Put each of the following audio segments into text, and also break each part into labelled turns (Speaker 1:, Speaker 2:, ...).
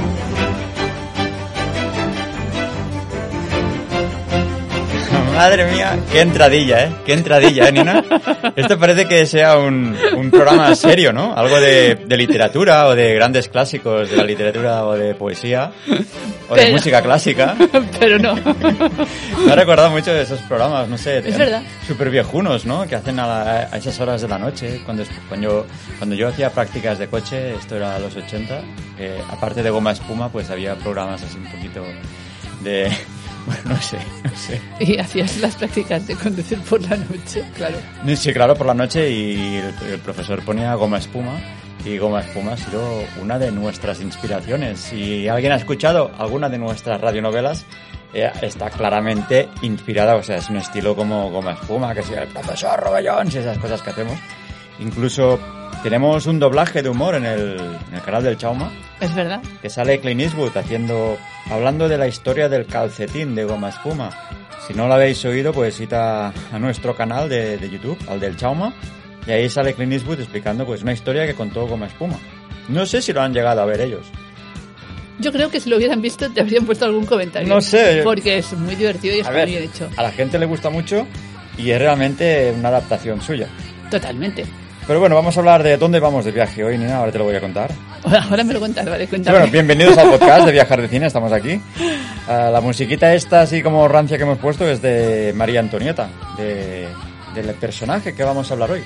Speaker 1: Madre mía, qué entradilla, ¿eh? Qué entradilla, ¿eh, Nina? Esto parece que sea un, un programa serio, ¿no? Algo de, de literatura o de grandes clásicos de la literatura o de poesía o de
Speaker 2: Pero-
Speaker 1: música clásica.
Speaker 2: Pero no.
Speaker 1: Me ha recordado mucho de esos programas, no sé.
Speaker 2: Es verdad.
Speaker 1: Súper viejunos, ¿no? Que hacen a, la- a esas horas de la noche. Cuando, es- cuando, yo, cuando yo hacía prácticas de coche, esto era los 80, eh, aparte de goma espuma, pues había programas así un poquito de... Bueno, no sé, no sé.
Speaker 2: y hacías las prácticas de conducir por la noche, claro.
Speaker 1: Sí, claro, por la noche y el, el profesor ponía goma espuma y goma espuma ha sido una de nuestras inspiraciones. Si alguien ha escuchado alguna de nuestras radionovelas, eh, está claramente inspirada, o sea, es un estilo como goma espuma, que sea el profesor Robellón y esas cosas que hacemos. Incluso tenemos un doblaje de humor en el, en el canal del Chauma,
Speaker 2: Es verdad.
Speaker 1: que sale Clint Eastwood haciendo, hablando de la historia del calcetín de goma espuma. Si no lo habéis oído, pues cita a nuestro canal de, de YouTube, al del Chauma, y ahí sale Clint Eastwood explicando pues una historia que contó goma espuma. No sé si lo han llegado a ver ellos.
Speaker 2: Yo creo que si lo hubieran visto te habrían puesto algún comentario.
Speaker 1: No sé.
Speaker 2: Porque es muy divertido y
Speaker 1: A
Speaker 2: está muy bien
Speaker 1: ver,
Speaker 2: hecho.
Speaker 1: a la gente le gusta mucho y es realmente una adaptación suya.
Speaker 2: Totalmente.
Speaker 1: Pero bueno, vamos a hablar de dónde vamos de viaje hoy, Nina, ahora te lo voy a contar.
Speaker 2: Ahora ahora me lo cuentas, vale,
Speaker 1: Sí,
Speaker 2: cuéntame.
Speaker 1: bueno, bienvenidos al podcast de Viajar de Cine, estamos aquí. Ah, la musiquita esta, así como rancia que hemos puesto, es de María Antonieta, de, del personaje que vamos a hablar hoy.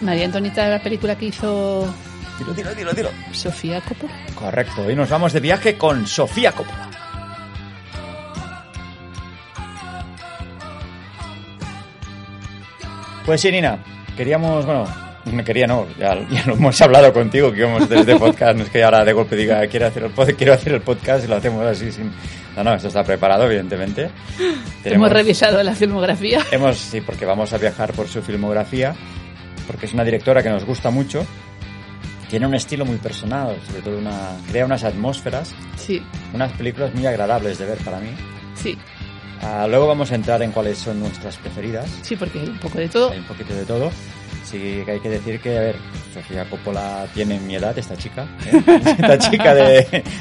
Speaker 2: María Antonieta, la película que hizo
Speaker 1: Dilo, dilo, dilo, dilo.
Speaker 2: Sofía Coppola.
Speaker 1: Correcto, y nos vamos de viaje con Sofía Coppola. Pues sí, Nina, queríamos, bueno, no quería no, ya, ya lo hemos hablado contigo que íbamos desde podcast, no es que ahora de golpe diga quiero hacer el, pod- quiero hacer el podcast y lo hacemos así sin... No, no, esto está preparado, evidentemente.
Speaker 2: Hemos
Speaker 1: Tenemos-
Speaker 2: revisado la filmografía.
Speaker 1: Hemos, sí, porque vamos a viajar por su filmografía, porque es una directora que nos gusta mucho. Tiene un estilo muy personal, sobre todo una, crea unas atmósferas,
Speaker 2: Sí,
Speaker 1: unas películas muy agradables de ver para mí.
Speaker 2: sí,
Speaker 1: Ah, luego vamos a entrar en cuáles son nuestras preferidas.
Speaker 2: sí, porque hay un poco de todo.
Speaker 1: Hay un poquito de todo. Sí, que hay que decir que, a ver, Sofía Coppola tiene mi edad, esta chica. ¿eh? Esta chica de,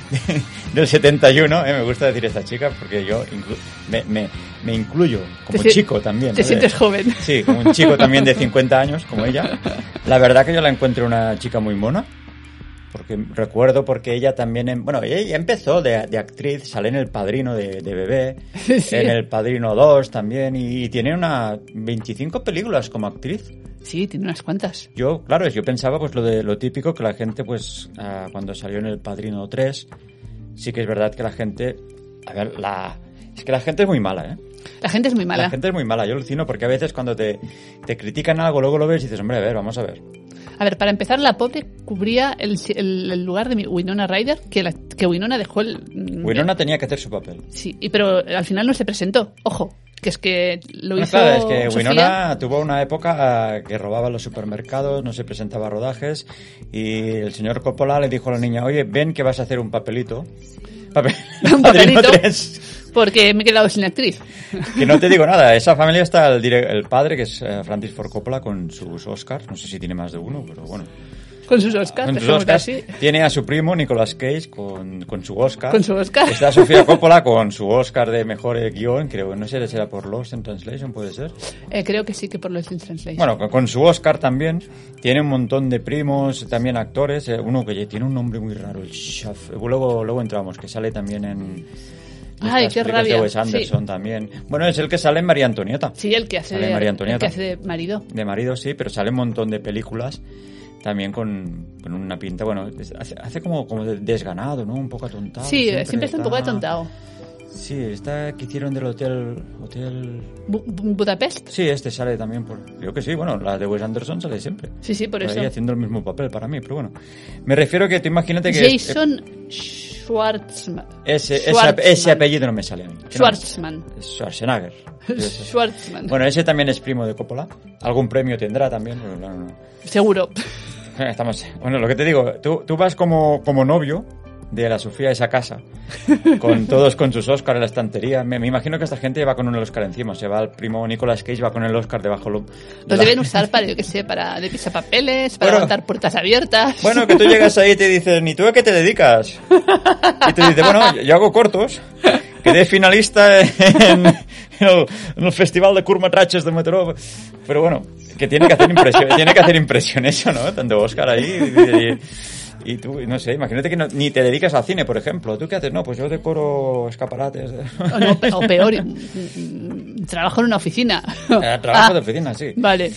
Speaker 1: de- del 71, ¿eh? me gusta decir esta chica porque yo inclu- me, me- me incluyo como
Speaker 2: Te si-
Speaker 1: chico también.
Speaker 2: Te
Speaker 1: ¿no? De-
Speaker 2: sientes joven.
Speaker 1: Sí, como un chico también de 50 años, como ella. La verdad que yo la encuentro una chica muy mona. Porque recuerdo porque ella también, em- bueno, ella empezó de, de actriz, sale en El Padrino de, de bebé,
Speaker 2: Sí.
Speaker 1: en El Padrino 2 también, y, tiene una 25 películas como actriz.
Speaker 2: Sí, tiene unas cuantas.
Speaker 1: Yo, claro, yo pensaba pues lo de lo típico que la gente pues ah, cuando salió en El Padrino 3, sí que es verdad que la gente, a ver, la, es que la gente es muy mala, ¿eh?
Speaker 2: La gente es muy mala.
Speaker 1: La gente es muy mala, yo alucino, porque a veces cuando te, te critican algo, luego lo ves y dices, hombre, a ver, vamos a ver.
Speaker 2: A ver, para empezar, la pobre cubría el, el- el lugar de mi- Winona Ryder, que, la- que Winona dejó el... mm,
Speaker 1: Winona tenía que hacer su papel.
Speaker 2: Sí, y, pero al final no se presentó. Ojo, que es que lo
Speaker 1: Bueno,
Speaker 2: hizo
Speaker 1: Ah, claro, es que
Speaker 2: Sofía.
Speaker 1: Winona tuvo una época ah, que robaba los supermercados, no se presentaba a rodajes, y el señor Coppola le dijo a la niña, oye, ven que vas a hacer un papelito. Papel-
Speaker 2: Un
Speaker 1: Padrino
Speaker 2: papelito.
Speaker 1: tres.
Speaker 2: Porque me he quedado sin actriz.
Speaker 1: Que no te digo nada, esa familia está el, dire- el padre, que es eh, Francis Ford Coppola, con sus Oscars, no sé si tiene más de uno, pero bueno.
Speaker 2: Con sus Oscars,
Speaker 1: Con sus
Speaker 2: dejémoslo
Speaker 1: Oscars.
Speaker 2: así.
Speaker 1: pues Tiene a su primo Nicolas Cage con, con su Oscar.
Speaker 2: Con su Oscar.
Speaker 1: Está Sofía Coppola con su Oscar de mejor eh, guión, creo. No sé si era por Lost in Translation, puede ser.
Speaker 2: Eh, creo que sí que por los in Translation.
Speaker 1: Bueno, con, con su Oscar también. Tiene un montón de primos, también actores. eh, Uno que tiene un nombre muy raro, el Shaf- Luego, luego entramos, que sale también en.
Speaker 2: Ay,
Speaker 1: Las
Speaker 2: qué
Speaker 1: películas
Speaker 2: rabia.
Speaker 1: de Wes Anderson también. Bueno, es el que sale en María Antonieta.
Speaker 2: Sí, el que hace
Speaker 1: Sale María
Speaker 2: de,
Speaker 1: Antonieta.
Speaker 2: el que hace de marido.
Speaker 1: De marido sí, pero sale un montón de películas también con, con una pinta, bueno, es- hace, hace como, como de- desganado, ¿no? Un poco atontado.
Speaker 2: sí, eh, siempre, está un poco
Speaker 1: atontado.
Speaker 2: atontado.
Speaker 1: Sí, está que hicieron del hotel... hotel...
Speaker 2: Bu- Bu- Budapest.
Speaker 1: Sí, este sale también por... Creo que sí, bueno, la de Wes Anderson sale siempre.
Speaker 2: Sí, sí, por
Speaker 1: Por ahí
Speaker 2: eso.
Speaker 1: haciendo el mismo papel para mí, pero bueno. Me refiero que tú imagínate que... eh,
Speaker 2: Jason Schwartzman.
Speaker 1: Ese, ese-
Speaker 2: Schwartzman.
Speaker 1: ese apellido no me sale a mí. Que no me sale.
Speaker 2: Schwartzman.
Speaker 1: Schwarzenegger.
Speaker 2: Schwartzman.
Speaker 1: Bueno, ese también es primo de Coppola. Algún premio tendrá también. pero no, no, no.
Speaker 2: Seguro.
Speaker 1: Eh, Estamos. Bueno, lo que te digo, tú, tú vas como, como novio de la Sofía a esa casa, con todos con sus Oscar en la estantería. Me, me imagino que esta gente va con un Oscar encima. Se va el primo Nicolas Cage, va con el Oscar debajo. lo- la-
Speaker 2: Los deben usar para, yo qué sé, para de pisapapeles, para
Speaker 1: Bueno.
Speaker 2: levantar puertas abiertas.
Speaker 1: Bueno, que tú llegas ahí y te dicen, ¿y tú a qué te dedicas? Y tú dices, bueno, yo- yo hago cortos. Quedé finalista en, en el, en el Festival de Curmatraches de Mataró. Pero bueno, que tiene que hacer impresión, tiene que hacer impresión eso, ¿no? Tanto Oscar ahí. Y, y tú, no sé, imagínate que no- ni te dedicas al cine, por ejemplo. ¿Tú qué haces? No, pues yo decoro escaparates.
Speaker 2: O, no, o peor, mm, mm, trabajo en una oficina.
Speaker 1: Eh, Trabajo
Speaker 2: Ah,
Speaker 1: de oficina, sí.
Speaker 2: Vale.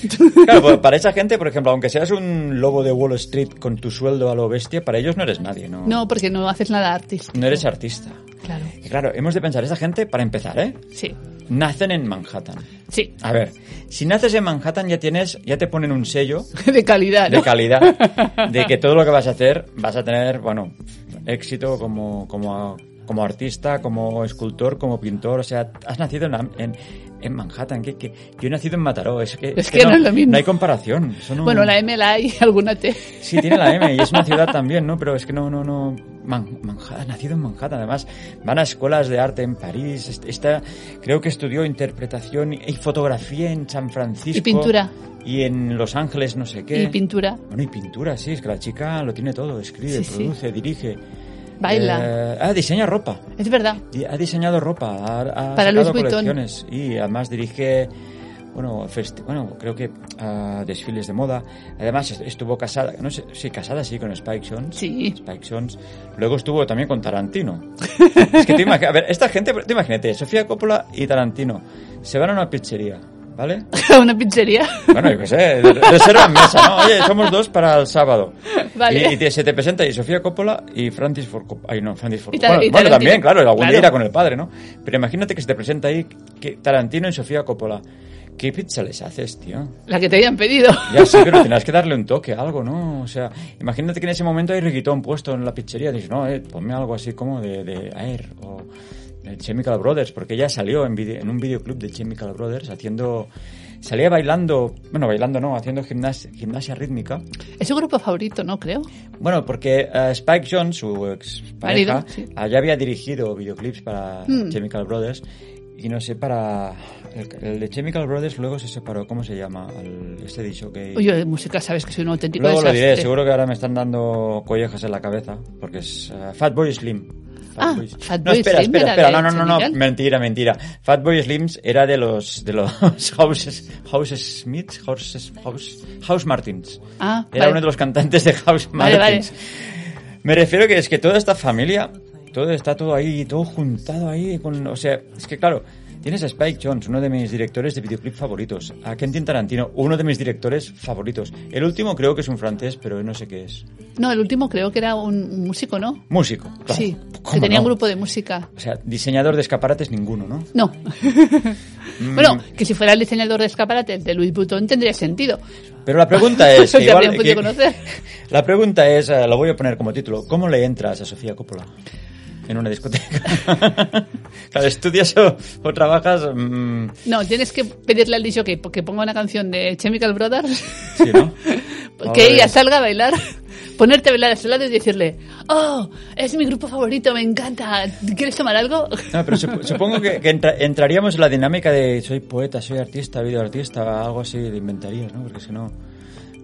Speaker 1: Claro, pues para esa gente, por ejemplo, aunque seas un lobo de Wall Street con tu sueldo a lo bestia, para ellos no eres nadie, ¿no?
Speaker 2: No, porque no haces nada artístico.
Speaker 1: No eres artista.
Speaker 2: Claro.
Speaker 1: Y claro, hemos de pensar, esa gente, para empezar, ¿eh?
Speaker 2: Sí.
Speaker 1: Nacen en Manhattan.
Speaker 2: Sí.
Speaker 1: A ver, si naces en Manhattan ya tienes, ya te ponen un sello
Speaker 2: De calidad,
Speaker 1: de
Speaker 2: ¿no?
Speaker 1: calidad, de que todo lo que vas a hacer vas a tener, bueno, éxito como, como, como artista, como escultor, como pintor, o sea, has nacido en, en, en Manhattan, que, que yo he nacido en Mataró, es que,
Speaker 2: Es que no es lo mismo.
Speaker 1: no hay comparación. son un-
Speaker 2: Bueno, la M, la A y alguna T.
Speaker 1: Sí, tiene la M y es una ciudad también, ¿no? Pero es que no, no, no. Man- Manhattan, nacido en Manhattan, además. Van a escuelas de arte en París. est- Está, creo que estudió interpretación y y fotografía en San Francisco.
Speaker 2: Y pintura.
Speaker 1: Y en Los Ángeles, no sé qué.
Speaker 2: Y pintura.
Speaker 1: Bueno, y pintura, sí, es que la chica lo tiene todo. Escribe,
Speaker 2: Sí, sí.
Speaker 1: produce, dirige.
Speaker 2: Baila.
Speaker 1: Eh, ah, diseña ropa.
Speaker 2: Es verdad.
Speaker 1: Y ha diseñado ropa, ha, ha
Speaker 2: Para
Speaker 1: sacado
Speaker 2: Louis Vuitton.
Speaker 1: colecciones y además dirige, bueno, festi- bueno creo que ah, desfiles de moda. Además est- estuvo casada, no sé, sí, casada sí con Spike Jones.
Speaker 2: Sí.
Speaker 1: Spike Jonze. Luego estuvo también con Tarantino. es que tú imagi- a ver, esta gente, tú imagínate, Sofía Coppola y Tarantino se van a una pizzería, ¿vale?
Speaker 2: una pizzería.
Speaker 1: Bueno, yo qué sé, de- reservan mesa, ¿no? Oye, somos dos para el sábado.
Speaker 2: Vale.
Speaker 1: Y, y te- se te presenta y Sofía Coppola y Francis Ford Cop- Ay, no, Francis Ford
Speaker 2: Y
Speaker 1: Coppola.
Speaker 2: Tar- y
Speaker 1: Bueno, bueno,
Speaker 2: Tarantino.
Speaker 1: también, claro, algún día
Speaker 2: Claro.
Speaker 1: irá con el padre, ¿no? Pero imagínate que se te presenta ahí que Tarantino y Sofía Coppola. ¿Qué pizza les haces, tío?
Speaker 2: La que te habían pedido.
Speaker 1: Ya sé, pero tendrás que darle un toque, algo, ¿no? O sea, imagínate que en ese momento hay reggaetón puesto en la pizzería. Dices, no, eh, ponme algo así como de, de Air o de Chemical Brothers, porque ella salió en, vide- en un videoclub de Chemical Brothers haciendo... Salía bailando, bueno, bailando no, haciendo gimnasia, gimnasia rítmica.
Speaker 2: Es su grupo favorito, ¿no? Creo.
Speaker 1: Bueno, porque eh, Spike Jones, su ex pareja,
Speaker 2: Marido, sí.
Speaker 1: allá había dirigido videoclips para Chemical Brothers y no sé, para... El, el de Chemical Brothers luego se separó, ¿cómo se llama? El, este dicho que...
Speaker 2: Oye, de música sabes que soy un auténtico
Speaker 1: Luego lo
Speaker 2: desastre.
Speaker 1: diré, seguro que ahora me están dando collejas en la cabeza, porque es eh, Fatboy Slim.
Speaker 2: Ah,
Speaker 1: Fatboy-
Speaker 2: Fatboy
Speaker 1: no, espera,
Speaker 2: Slim
Speaker 1: espera,
Speaker 2: era
Speaker 1: espera,
Speaker 2: de
Speaker 1: no, no, no, no,
Speaker 2: Chemical.
Speaker 1: mentira, mentira. Fatboy Slims era de los, de los House, House Smiths, House, House, House Martins.
Speaker 2: Ah,
Speaker 1: era
Speaker 2: vale.
Speaker 1: uno de los cantantes de House
Speaker 2: Vale, vale.
Speaker 1: Martins. Me refiero que es que toda esta familia, todo está todo ahí, todo juntado ahí, con, o sea, es que claro, tienes a Spike Jones, uno de mis directores de videoclip favoritos, a Quentin Tarantino, uno de mis directores favoritos. El último creo que es un francés, pero no sé qué es.
Speaker 2: No, el último creo que era un un músico, ¿no?
Speaker 1: Músico, claro.
Speaker 2: Sí,
Speaker 1: Ah, ¿Cómo
Speaker 2: que tenía un
Speaker 1: no?
Speaker 2: grupo de música.
Speaker 1: O sea, diseñador de escaparates ninguno, ¿no?
Speaker 2: No.
Speaker 1: Mm.
Speaker 2: bueno, que si fuera el diseñador de escaparates de Louis Vuitton tendría sentido.
Speaker 1: Pero la pregunta es,
Speaker 2: Te
Speaker 1: que igual-
Speaker 2: habrían podido
Speaker 1: que-
Speaker 2: conocer.
Speaker 1: la pregunta es, eh, lo voy a poner como título, ¿cómo le entras a Sofía Coppola en una discoteca? claro, estudias o, o trabajas, mm,
Speaker 2: No, tienes que pedirle al DJ que, que ponga una canción de Chemical Brothers,
Speaker 1: sí, ¿no?
Speaker 2: que
Speaker 1: Madre.
Speaker 2: ella salga a bailar, ponerte a bailar a su lado y decirle, oh, es mi grupo favorito, me encanta, ¿quieres tomar algo?
Speaker 1: No, pero sup- supongo que, que entra- entraríamos en la dinámica de soy poeta, soy artista, videoartista, algo así de inventarías, ¿no? Porque si no...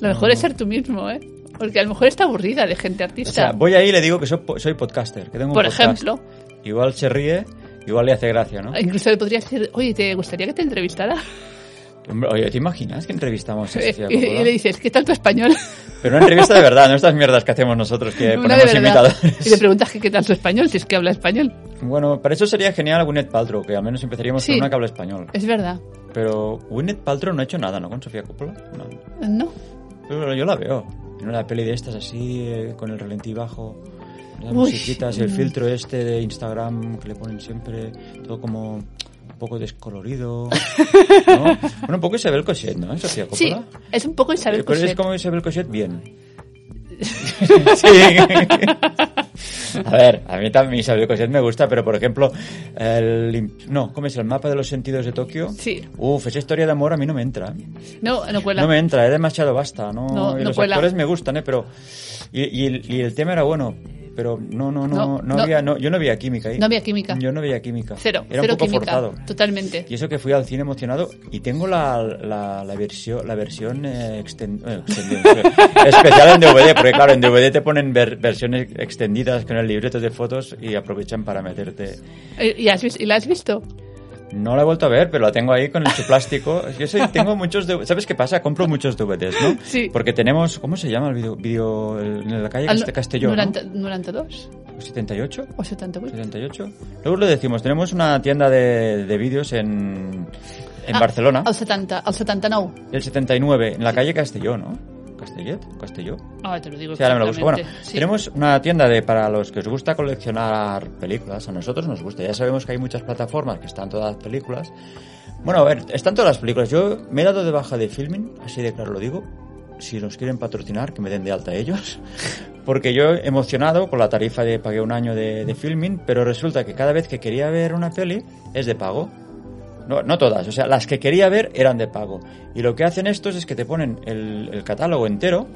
Speaker 2: Lo mejor es ser tú mismo, ¿eh? Porque a lo mejor está aburrida de gente
Speaker 1: O
Speaker 2: artista.
Speaker 1: sea, voy ahí y le digo que soy, po- soy podcaster, que tengo un
Speaker 2: Por
Speaker 1: podcast.
Speaker 2: ejemplo.
Speaker 1: Igual se ríe, igual le hace gracia, ¿no?
Speaker 2: Incluso le podría decir, oye, ¿te gustaría que te entrevistara?
Speaker 1: Hombre, Oye, ¿te imaginas que entrevistamos a Sofía
Speaker 2: Y, y
Speaker 1: Coppola?
Speaker 2: le dices, ¿qué tal tu español?
Speaker 1: Pero una entrevista de verdad, no estas mierdas que hacemos nosotros que
Speaker 2: Una
Speaker 1: Eh, ponemos
Speaker 2: de verdad. Y le
Speaker 1: imitadores.
Speaker 2: preguntas que qué tal su español, si es que habla español.
Speaker 1: Bueno, para eso sería genial Gwyneth Paltrow, que al menos empezaríamos
Speaker 2: Sí.
Speaker 1: con una que habla español.
Speaker 2: Es verdad.
Speaker 1: Pero Gwyneth Paltrow no ha hecho nada, ¿no? Con Sofía Coppola. No.
Speaker 2: No.
Speaker 1: Pero yo la veo. En una peli de estas así, eh, con el ralentí bajo, las
Speaker 2: Uy. Mm.
Speaker 1: musiquitas, el filtro este de Instagram que le ponen siempre, todo como un poco descolorido. ¿no? Bueno, un poco Isabel Cochet, ¿no? Sofía
Speaker 2: Sí,
Speaker 1: Coppola.
Speaker 2: es un poco Isabel
Speaker 1: Eh, Pero es
Speaker 2: Coixet.
Speaker 1: como Isabel Cochet bien. sí. A ver, a mí también Isabel Cochet me gusta, pero por ejemplo, el, imp- no, ¿cómo es? El mapa de los sentidos de Tokio.
Speaker 2: Sí.
Speaker 1: Uf, esa historia de amor a mí no me entra.
Speaker 2: No, no cuela.
Speaker 1: No me entra, es demasiado basta, ¿no?
Speaker 2: No,
Speaker 1: Y
Speaker 2: no
Speaker 1: los
Speaker 2: cuela.
Speaker 1: actores me gustan, ¿eh? Pero. Y, y el, y el tema era bueno, pero no, no, no,
Speaker 2: No,
Speaker 1: no,
Speaker 2: no.
Speaker 1: había. No, yo no veía química ahí.
Speaker 2: No había química.
Speaker 1: Yo no veía química.
Speaker 2: Cero,
Speaker 1: Era
Speaker 2: cero
Speaker 1: un poco
Speaker 2: química.
Speaker 1: forzado.
Speaker 2: Totalmente.
Speaker 1: Y eso que fui al cine emocionado y tengo la, la, la versión, la versión eh, exten- eh, extendida, especial en DVD, porque claro, en DVD te ponen ver- versiones extendidas con el libreto de fotos y aprovechan para meterte.
Speaker 2: Eh, ¿Y, has vis- y la has visto?
Speaker 1: No la he vuelto a ver, pero la tengo ahí con su plástico. Yo soy- tengo muchos. DV ¿Sabes qué pasa? Compro muchos DVDs, ¿no?
Speaker 2: Sí.
Speaker 1: Porque tenemos. ¿Cómo se llama el video? video en la calle
Speaker 2: Al-
Speaker 1: Cast- Castellón. ¿no?
Speaker 2: 90 92
Speaker 1: ¿78?
Speaker 2: o 78.
Speaker 1: 78. Luego lo decimos. Tenemos una tienda de, de vídeos en, en
Speaker 2: Ah,
Speaker 1: Barcelona.
Speaker 2: El 70, el 79.
Speaker 1: El 79, en la calle Castelló, ¿no? ¿Castellet? ¿Castelló?
Speaker 2: Ah, te lo digo.
Speaker 1: Sí, ahora me lo busco. Bueno,
Speaker 2: exactamente. Sí.
Speaker 1: tenemos una tienda de para los que os gusta coleccionar películas. A nosotros nos gusta. Ya sabemos que hay muchas plataformas que están todas las películas. Bueno, a ver, están todas las películas. Yo me he dado de baja de filming, así de claro lo digo. Si nos quieren patrocinar, que me den de alta ellos. Porque yo emocionado con la tarifa de pagué un año de, de filming, pero resulta que cada vez que quería ver una peli es de pago. No, no todas, o sea, las que quería ver eran de pago. Y lo que hacen estos es que te ponen el, el catálogo entero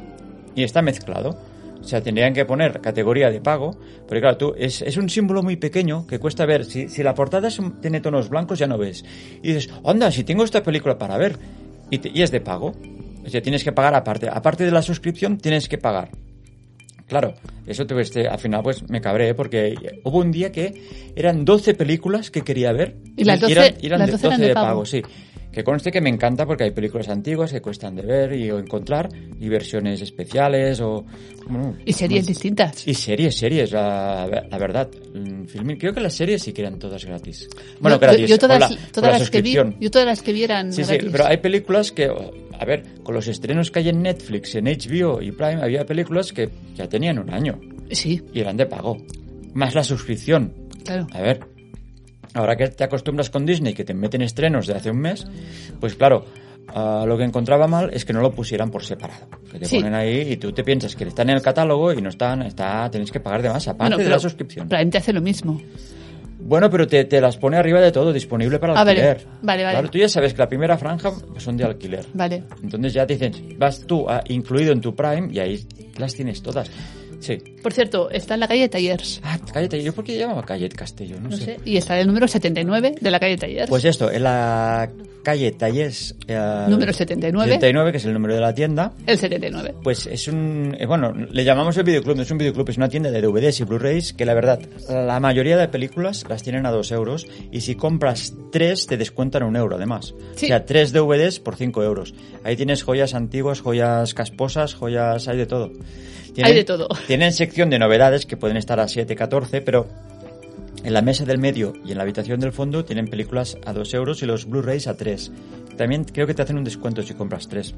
Speaker 1: y está mezclado. O sea, tendrían que poner categoría de pago, porque claro, tú, es, es un símbolo muy pequeño que cuesta ver. Si, si la portada es un- tiene tonos blancos, ya no ves. Y dices, onda, si tengo esta película para ver, y, te- y es de pago. O sea, tienes que pagar aparte. Aparte de la suscripción, tienes que pagar. Claro, eso tuve este, al final pues me cabré porque hubo un día que eran 12 películas que quería ver
Speaker 2: Y las 12
Speaker 1: eran, eran
Speaker 2: las
Speaker 1: de,
Speaker 2: 12 eran
Speaker 1: 12
Speaker 2: de
Speaker 1: de
Speaker 2: pago.
Speaker 1: pago. sí. Que conste que me encanta porque hay películas antiguas que cuestan de ver y o encontrar y versiones especiales o bueno, pues,
Speaker 2: Y series distintas.
Speaker 1: y series, series, la, la verdad. Mm, Filmin, creo que las series sí que eran todas gratis. Bueno,
Speaker 2: No, yo-
Speaker 1: gratis.
Speaker 2: yo,
Speaker 1: con
Speaker 2: todas,
Speaker 1: la-
Speaker 2: todas
Speaker 1: con la
Speaker 2: las que vi,
Speaker 1: suscripción.
Speaker 2: yo todas las que vieran.
Speaker 1: Sí, sí,
Speaker 2: gratis.
Speaker 1: pero hay películas que, a ver, con los estrenos que hay en Netflix, en HBO y Prime, había películas que ya tenían un año
Speaker 2: Sí,
Speaker 1: y eran de pago. Más la suscripción.
Speaker 2: claro.
Speaker 1: A ver, ahora que te acostumbras con Disney, que te meten estrenos de hace un mes, pues claro, ah, lo que encontraba mal es que no lo pusieran por separado. Que te
Speaker 2: Sí.
Speaker 1: ponen ahí y tú te piensas que están en el catálogo y no están, está, tenéis que pagar de más, aparte
Speaker 2: Bueno,
Speaker 1: de
Speaker 2: pero
Speaker 1: la suscripción.
Speaker 2: Prime te hace lo mismo.
Speaker 1: Bueno, pero te, te las pone arriba de todo, disponible para
Speaker 2: Ah, vale.
Speaker 1: alquiler.
Speaker 2: Vale, vale.
Speaker 1: Claro, tú ya sabes que la primera franja son de alquiler.
Speaker 2: Vale.
Speaker 1: Entonces ya te dicen, vas tú ah, incluido en tu Prime y ahí las tienes todas. Sí.
Speaker 2: Por cierto, está en la calle Tallers.
Speaker 1: Ah, cállate, ¿yo por qué llamaba Calle Castello? No,
Speaker 2: No sé. Y está el número 79 de la calle Tallers.
Speaker 1: Pues esto, en la calle Talles... eh,
Speaker 2: Número 79.
Speaker 1: 79, que es el número de la tienda.
Speaker 2: el 79.
Speaker 1: Pues es un... eh, Bueno, le llamamos el videoclub, no es un videoclub, es una tienda de DVDs y Blu-rays que la verdad, la mayoría de películas las tienen a 2 euros y si compras 3 te descuentan un euro además.
Speaker 2: Sí.
Speaker 1: O sea, 3 DVDs por 5 euros. Ahí tienes joyas antiguas, joyas casposas, joyas... hay de todo.
Speaker 2: Hay de todo.
Speaker 1: Tienen sección de novedades que pueden estar a 7, 14, pero en la mesa del medio y en la habitación del fondo tienen películas a 2 euros y los Blu-rays a 3. También creo que te hacen un descuento si compras 3.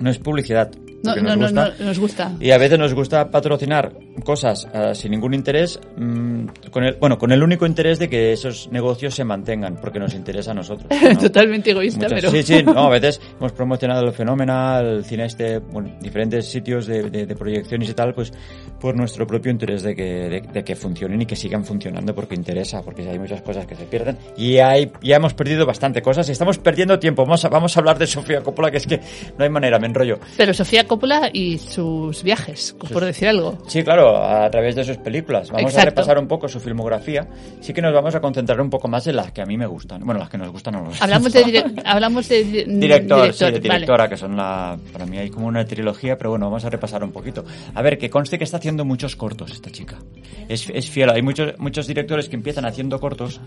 Speaker 1: No es publicidad.
Speaker 2: No,
Speaker 1: porque
Speaker 2: no,
Speaker 1: nos
Speaker 2: no,
Speaker 1: gusta.
Speaker 2: no, nos gusta.
Speaker 1: Y a veces nos gusta patrocinar cosas ah, sin ningún interés, mm, con el, bueno, con el único interés de que esos negocios se mantengan, porque nos interesa a nosotros. ¿no?
Speaker 2: Totalmente egoísta,
Speaker 1: Muchas-
Speaker 2: pero.
Speaker 1: Sí, sí, no, a veces hemos promocionado el fenómeno, el cine este, bueno, diferentes sitios de, de- de proyecciones y tal, pues por nuestro propio interés de que, de, de que funcionen y que sigan funcionando porque interesa, porque hay muchas cosas que se pierden y hay, ya hemos perdido bastante cosas y estamos perdiendo tiempo. Vamos a, vamos a hablar de Sofía Coppola, que es que no hay manera, me enrollo.
Speaker 2: Pero Sofía Coppola y sus viajes, por decir algo.
Speaker 1: Sí, claro, a través de sus películas. Vamos
Speaker 2: Exacto.
Speaker 1: a repasar un poco su filmografía. Sí que nos vamos a concentrar un poco más en las que a mí me gustan. Bueno, las que nos gustan no nos gustan.
Speaker 2: Hablamos de, dire- hablamos de di-
Speaker 1: Mm, Director, sí, de
Speaker 2: vale.
Speaker 1: directora, que son la... Para mí hay como una trilogía, pero bueno, vamos a repasar un poquito. A ver, que conste que está haciendo muchos cortos esta chica. Es, es fiel, hay muchos, muchos directores que empiezan haciendo cortos,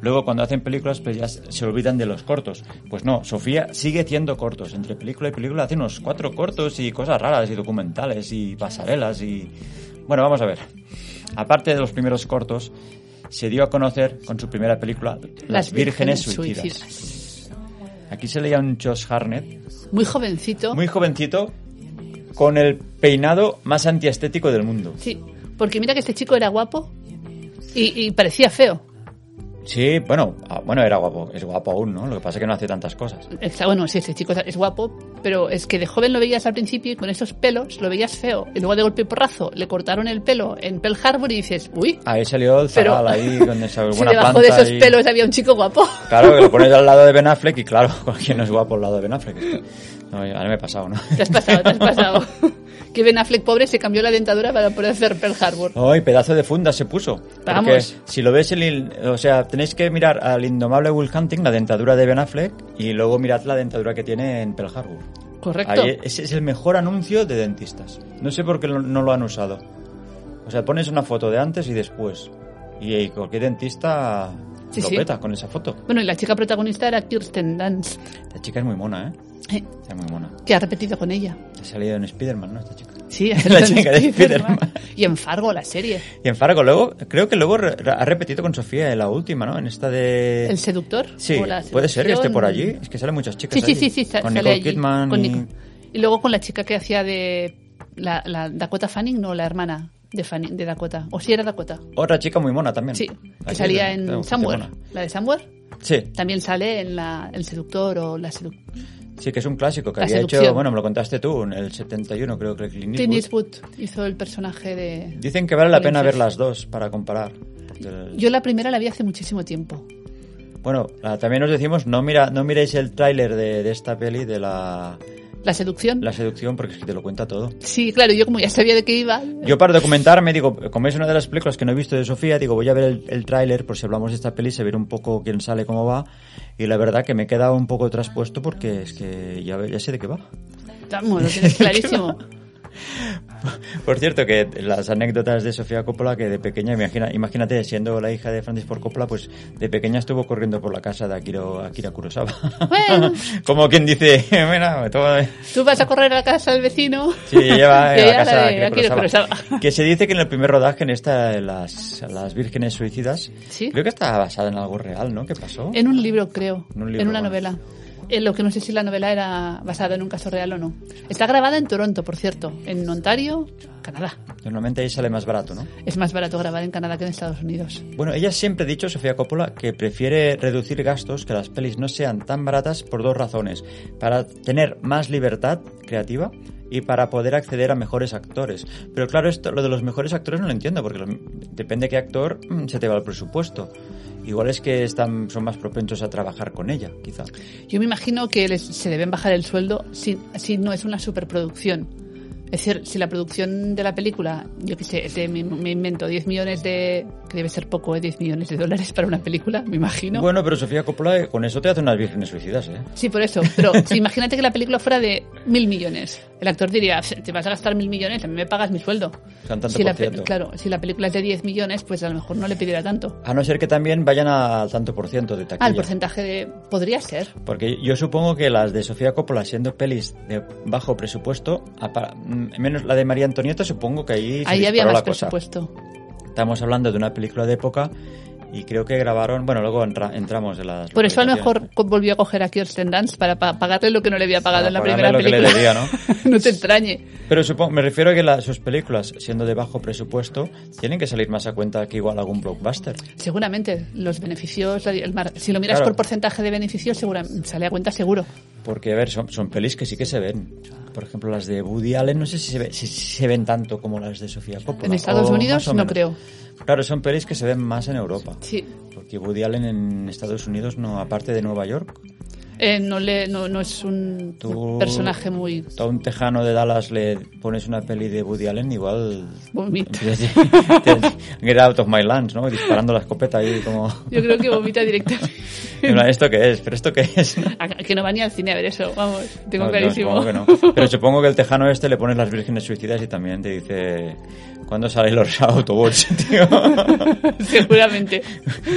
Speaker 1: luego cuando hacen películas pues ya se se olvidan de los cortos. Pues no, Sofía sigue haciendo cortos. Entre película y película hace unos cuatro cortos y cosas raras y documentales y pasarelas y... Bueno, vamos a ver. Aparte de los primeros cortos, se dio a conocer con su primera película, Las, Vírgenes, Suicidas. Aquí se leía un Josh Harnett,
Speaker 2: Muy jovencito.
Speaker 1: muy jovencito, con el peinado más antiestético del mundo.
Speaker 2: Sí, porque mira que este chico era guapo y, y parecía feo.
Speaker 1: Sí, bueno, ah, bueno, era guapo, es guapo aún, ¿no? Lo que pasa es que no hace tantas cosas.
Speaker 2: Está- Bueno, sí, este chico es guapo, pero es que de joven lo veías al principio y con estos pelos lo veías feo. Y luego de golpe y porrazo le cortaron el pelo en Pearl Harbor y dices, uy,
Speaker 1: Ahí salió el
Speaker 2: Pero-
Speaker 1: zagal ahí con esa
Speaker 2: si
Speaker 1: buena
Speaker 2: debajo
Speaker 1: planta
Speaker 2: de esos
Speaker 1: ahí.
Speaker 2: pelos había un chico guapo.
Speaker 1: Claro, que lo pones al lado de Ben Affleck y claro, cualquiera no es guapo al lado de Ben Affleck. No, ahora me he pasado, ¿no?
Speaker 2: Te has pasado, te has pasado. que Ben Affleck pobre se cambió la dentadura para poder hacer Pearl Harbor.
Speaker 1: Ay, pedazo de funda se puso. Porque
Speaker 2: Vamos.
Speaker 1: si lo ves, el, il- o sea, tenéis que mirar al indomable Will Hunting, la dentadura de Ben Affleck, y luego mirad la dentadura que tiene en Pearl Harbor.
Speaker 2: Correcto.
Speaker 1: Ahí, ese es el mejor anuncio de dentistas. No sé por qué lo- no lo han usado. O sea, pones una foto de antes y después. Y, y cualquier dentista
Speaker 2: Sí,
Speaker 1: lo
Speaker 2: sí.
Speaker 1: peta con esa foto.
Speaker 2: Bueno, y la chica protagonista era Kirsten Dunst,
Speaker 1: Esta chica es muy mona, ¿eh?
Speaker 2: eh,
Speaker 1: Está muy mona.
Speaker 2: que ha repetido con ella.
Speaker 1: Ha salido en Spider-Man, ¿no? Esta chica.
Speaker 2: Sí,
Speaker 1: La chica de Spiderman.
Speaker 2: Y en Fargo, la serie.
Speaker 1: Y en Fargo, luego, creo que luego re- ha repetido con Sofía en la última, ¿no? En esta de...
Speaker 2: El seductor.
Speaker 1: Eh, Sí,
Speaker 2: o la
Speaker 1: puede ser que esté
Speaker 2: seducción.
Speaker 1: por allí. Es que salen muchas chicas.
Speaker 2: Sí, sí,
Speaker 1: allí.
Speaker 2: sí, sí, sa-
Speaker 1: Con
Speaker 2: sale
Speaker 1: Nicole
Speaker 2: allí,
Speaker 1: Kidman.
Speaker 2: con
Speaker 1: y-
Speaker 2: Nico- Y luego con la chica que hacía de. La, la Dakota Fanning, no, la hermana de Fanning, de Dakota. O si era Dakota.
Speaker 1: Otra chica muy mona también.
Speaker 2: Sí,
Speaker 1: Así
Speaker 2: que
Speaker 1: es,
Speaker 2: salía
Speaker 1: eh,
Speaker 2: en
Speaker 1: bastante
Speaker 2: Somewhere.
Speaker 1: mona.
Speaker 2: La de Somewhere
Speaker 1: Sí,
Speaker 2: también sale en la, El Seductor o la seductora.
Speaker 1: sí, que es un clásico que
Speaker 2: La
Speaker 1: había hecho.
Speaker 2: seducción.
Speaker 1: Bueno, me lo contaste tú, en el 71, creo que Clint
Speaker 2: Clint
Speaker 1: Eastwood.
Speaker 2: Eastwood hizo el personaje de...
Speaker 1: Dicen que vale la pena
Speaker 2: Clint
Speaker 1: ver
Speaker 2: Eastwood.
Speaker 1: las dos para comparar. porque el-
Speaker 2: Yo la primera la vi hace muchísimo tiempo.
Speaker 1: Bueno, la- también os decimos, no, mira, no miréis el tráiler de, de esta peli de la,
Speaker 2: La seducción.
Speaker 1: la seducción porque es que te lo cuenta todo.
Speaker 2: Sí, claro, yo como ya sabía de qué iba...
Speaker 1: Yo para documentarme, digo, como es una de las películas que no he visto de Sofía, digo, voy a ver el, el tráiler por si hablamos de esta peli, se ver un poco quién sale, cómo va. Y la verdad que me he quedado un poco traspuesto porque es que ya, ve- ya sé de qué va.
Speaker 2: Vamos, lo tienes clarísimo.
Speaker 1: Por cierto, que las anécdotas de Sofía Coppola, que de pequeña, imagina, imagínate, siendo la hija de Francis Ford Coppola, pues de pequeña estuvo corriendo por la casa de Akira, Akira Kurosawa.
Speaker 2: Bueno.
Speaker 1: Como quien dice, mira, me tomo...
Speaker 2: Tú vas a correr a la casa del vecino.
Speaker 1: Sí, ella va
Speaker 2: Y
Speaker 1: a la
Speaker 2: ella
Speaker 1: casa
Speaker 2: la
Speaker 1: de
Speaker 2: de
Speaker 1: Akira
Speaker 2: "Ah, Akira
Speaker 1: Kurosawa.
Speaker 2: Kurosawa.
Speaker 1: Que se dice que en el primer rodaje, en esta, de las, las vírgenes suicidas,
Speaker 2: Sí.
Speaker 1: creo que está basada en algo real, ¿no? ¿Qué pasó?
Speaker 2: En un libro, creo.
Speaker 1: En
Speaker 2: En,
Speaker 1: un libro,
Speaker 2: una
Speaker 1: bueno.
Speaker 2: novela. En lo que no sé si la novela era basada en un caso real o no. Está grabada en Toronto, por cierto. En Ontario, Canadá.
Speaker 1: Normalmente ahí sale más barato, ¿no?
Speaker 2: Es más barato grabar en Canadá que en Estados Unidos.
Speaker 1: Bueno, ella siempre ha dicho, Sofía Coppola, que prefiere reducir gastos, que las pelis no sean tan baratas por dos razones. Para tener más libertad creativa y para poder acceder a mejores actores. Pero claro, esto, lo de los mejores actores no lo entiendo, porque lo- depende qué actor mm, se te va el presupuesto. Igual es que están, son más propensos a trabajar con ella, quizá.
Speaker 2: Yo me imagino que les- se deben bajar el sueldo si, si no es una superproducción. Es decir, si la producción de la película, yo qué sé, es de- me, me invento 10 millones de... que debe ser poco, ¿eh? 10 millones de dólares para una película, me imagino.
Speaker 1: Bueno, pero Sofía Coppola eh, con eso te hace unas vírgenes suicidas, ¿eh?
Speaker 2: Sí, por eso. Pero si imagínate que la película fuera de mil millones. El actor diría, te vas a gastar mil millones, a mí me pagas mi sueldo.
Speaker 1: Son tanto
Speaker 2: si la
Speaker 1: por ciento.
Speaker 2: pe- Claro, si la película es de 10 millones, pues a lo mejor no le pidiera tanto.
Speaker 1: A no ser que también vayan al tanto por ciento de taquilla.
Speaker 2: Ah, el porcentaje de... Podría ser.
Speaker 1: Porque yo supongo que las de Sofía Coppola, siendo pelis de bajo presupuesto, apa- mm, menos la de María Antonieta, supongo que ahí se
Speaker 2: Ahí había
Speaker 1: disparó
Speaker 2: más
Speaker 1: la cosa.
Speaker 2: presupuesto.
Speaker 1: Estamos hablando de una película de época y creo que grabaron... Bueno, luego entra- entramos en las...
Speaker 2: Por eso a lo
Speaker 1: localizaciones.
Speaker 2: mejor co- volvió a coger a Kirsten Dunst para pa- pagarle lo que no le había pagado
Speaker 1: Para
Speaker 2: en la
Speaker 1: pagarle
Speaker 2: primera
Speaker 1: lo que le
Speaker 2: película.
Speaker 1: debía,
Speaker 2: ¿no? te extrañe.
Speaker 1: Pero supongo, me refiero a que la- sus películas, siendo de bajo presupuesto, tienen que salir más a cuenta que igual algún blockbuster.
Speaker 2: Seguramente los beneficios, la- el mar- si lo miras
Speaker 1: Claro.
Speaker 2: por porcentaje de beneficios, segura, sale a cuenta seguro.
Speaker 1: Porque, a ver, son, son pelis que sí que se ven. Por ejemplo, las de Woody Allen, no sé si se, ve- si- si se ven tanto como las de Sofía Coppola.
Speaker 2: En Estados
Speaker 1: o
Speaker 2: Unidos
Speaker 1: Pues, oh, más o
Speaker 2: no
Speaker 1: menos.
Speaker 2: creo.
Speaker 1: Claro, son pelis que se ven más en Europa.
Speaker 2: Sí.
Speaker 1: Porque Woody Allen en Estados Unidos no, aparte de Nueva York.
Speaker 2: Eh, no, le, no, no es un
Speaker 1: Tú-
Speaker 2: personaje muy...
Speaker 1: A un tejano de Dallas le pones una peli de Woody Allen, igual.
Speaker 2: Vomita.
Speaker 1: Get out of my lands, ¿no? Disparando la escopeta ahí como.
Speaker 2: Yo creo que vomita directamente.
Speaker 1: En plan, ¿Esto qué es? ¿Pero esto qué es?
Speaker 2: A- Que no va ni al cine a ver eso, vamos, tengo
Speaker 1: No, no,
Speaker 2: clarísimo.
Speaker 1: supongo que no. Pero supongo que el tejano este le pones las vírgenes suicidas y también te dice ¿Cuándo salen los Autobots, tío?
Speaker 2: Seguramente.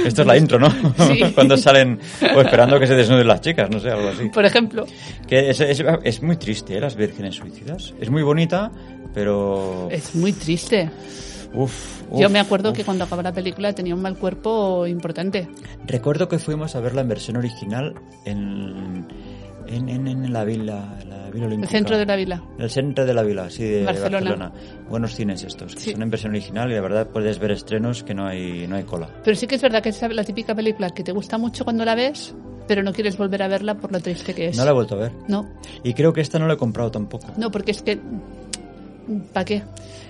Speaker 1: Esto es la intro, ¿no?
Speaker 2: Sí.
Speaker 1: Cuando salen o esperando que se desnuden las chicas, no sé, algo así.
Speaker 2: Por ejemplo,
Speaker 1: Que es, es- es muy triste, ¿eh? Las vírgenes suicidas. Es muy bonita, pero
Speaker 2: es muy triste.
Speaker 1: Uf,
Speaker 2: Yo
Speaker 1: uf,
Speaker 2: me acuerdo
Speaker 1: uf.
Speaker 2: que cuando acabó la película tenía un mal cuerpo importante.
Speaker 1: Recuerdo que fuimos a ver la versión original en, en, en- en la vila, la vila
Speaker 2: El
Speaker 1: olímpica.
Speaker 2: centro de la vila.
Speaker 1: El centro de la vila, sí, de
Speaker 2: Barcelona.
Speaker 1: Barcelona. Buenos cines estos, que
Speaker 2: Sí.
Speaker 1: son en versión original y la verdad puedes ver estrenos que no hay, no hay cola.
Speaker 2: Pero sí que es verdad que es la típica película que te gusta mucho cuando la ves, pero no quieres volver a verla por lo triste que es.
Speaker 1: No la he vuelto a ver.
Speaker 2: no,
Speaker 1: Y creo que esta no la he comprado tampoco.
Speaker 2: no, porque es que... ¿Para qué?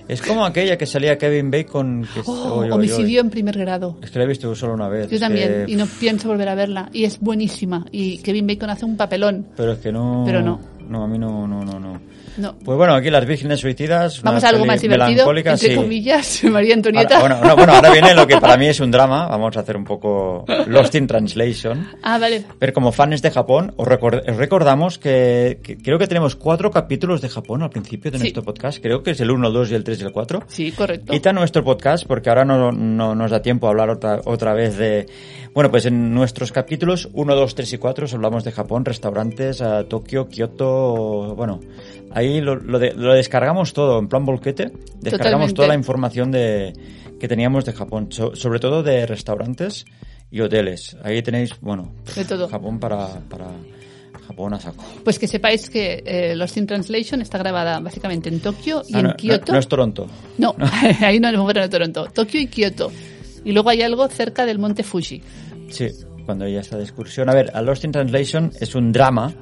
Speaker 1: Es como aquella que salía Kevin Bacon. Que
Speaker 2: Oh,
Speaker 1: oy, oy, oy.
Speaker 2: homicidio en primer grado.
Speaker 1: Es que la he visto solo una vez.
Speaker 2: Yo
Speaker 1: es
Speaker 2: también,
Speaker 1: que-
Speaker 2: y no pienso volver a verla. Y es buenísima. Y Kevin Bacon hace un papelón.
Speaker 1: Pero es que no.
Speaker 2: Pero no.
Speaker 1: No, a mí no, no, no, no.
Speaker 2: No.
Speaker 1: Pues bueno, aquí las vírgenes suicidas. una
Speaker 2: Vamos a algo
Speaker 1: peli
Speaker 2: más divertido,
Speaker 1: melancólica,
Speaker 2: entre
Speaker 1: sí.
Speaker 2: comillas, María Antonieta.
Speaker 1: Ahora, bueno, no, bueno, ahora viene lo que para mí es un drama. Vamos a hacer un poco Lost in Translation.
Speaker 2: Ah, vale.
Speaker 1: Pero como fans de Japón, os, recor- os recordamos que, que creo que tenemos cuatro capítulos de Japón al principio de
Speaker 2: Sí.
Speaker 1: nuestro podcast. Creo que es el 1, el 2 y el 3 y el 4.
Speaker 2: Sí, correcto.
Speaker 1: Quita nuestro podcast porque ahora no, no nos da tiempo a hablar otra, otra vez de... Bueno, pues en nuestros capítulos 1, 2, 3 y 4 os hablamos de Japón, restaurantes, a Tokio, Kioto... Bueno, ahí lo, lo de- lo descargamos todo en plan volquete. Descargamos
Speaker 2: Totalmente.
Speaker 1: toda la información de, que teníamos de Japón, so- sobre todo de restaurantes y hoteles. Ahí tenéis, bueno,
Speaker 2: De todo.
Speaker 1: Japón para... para Japón a saco.
Speaker 2: Pues que sepáis que eh, Lost in Translation está grabada básicamente en Tokio y
Speaker 1: Ah,
Speaker 2: en
Speaker 1: no, no-
Speaker 2: Kioto.
Speaker 1: no es Toronto.
Speaker 2: No, ahí no nos fueron a Toronto. Tokio y Kioto. Y luego hay algo cerca del monte Fuji.
Speaker 1: Sí, cuando ella está de excursión. A ver, A Lost in Translation es un drama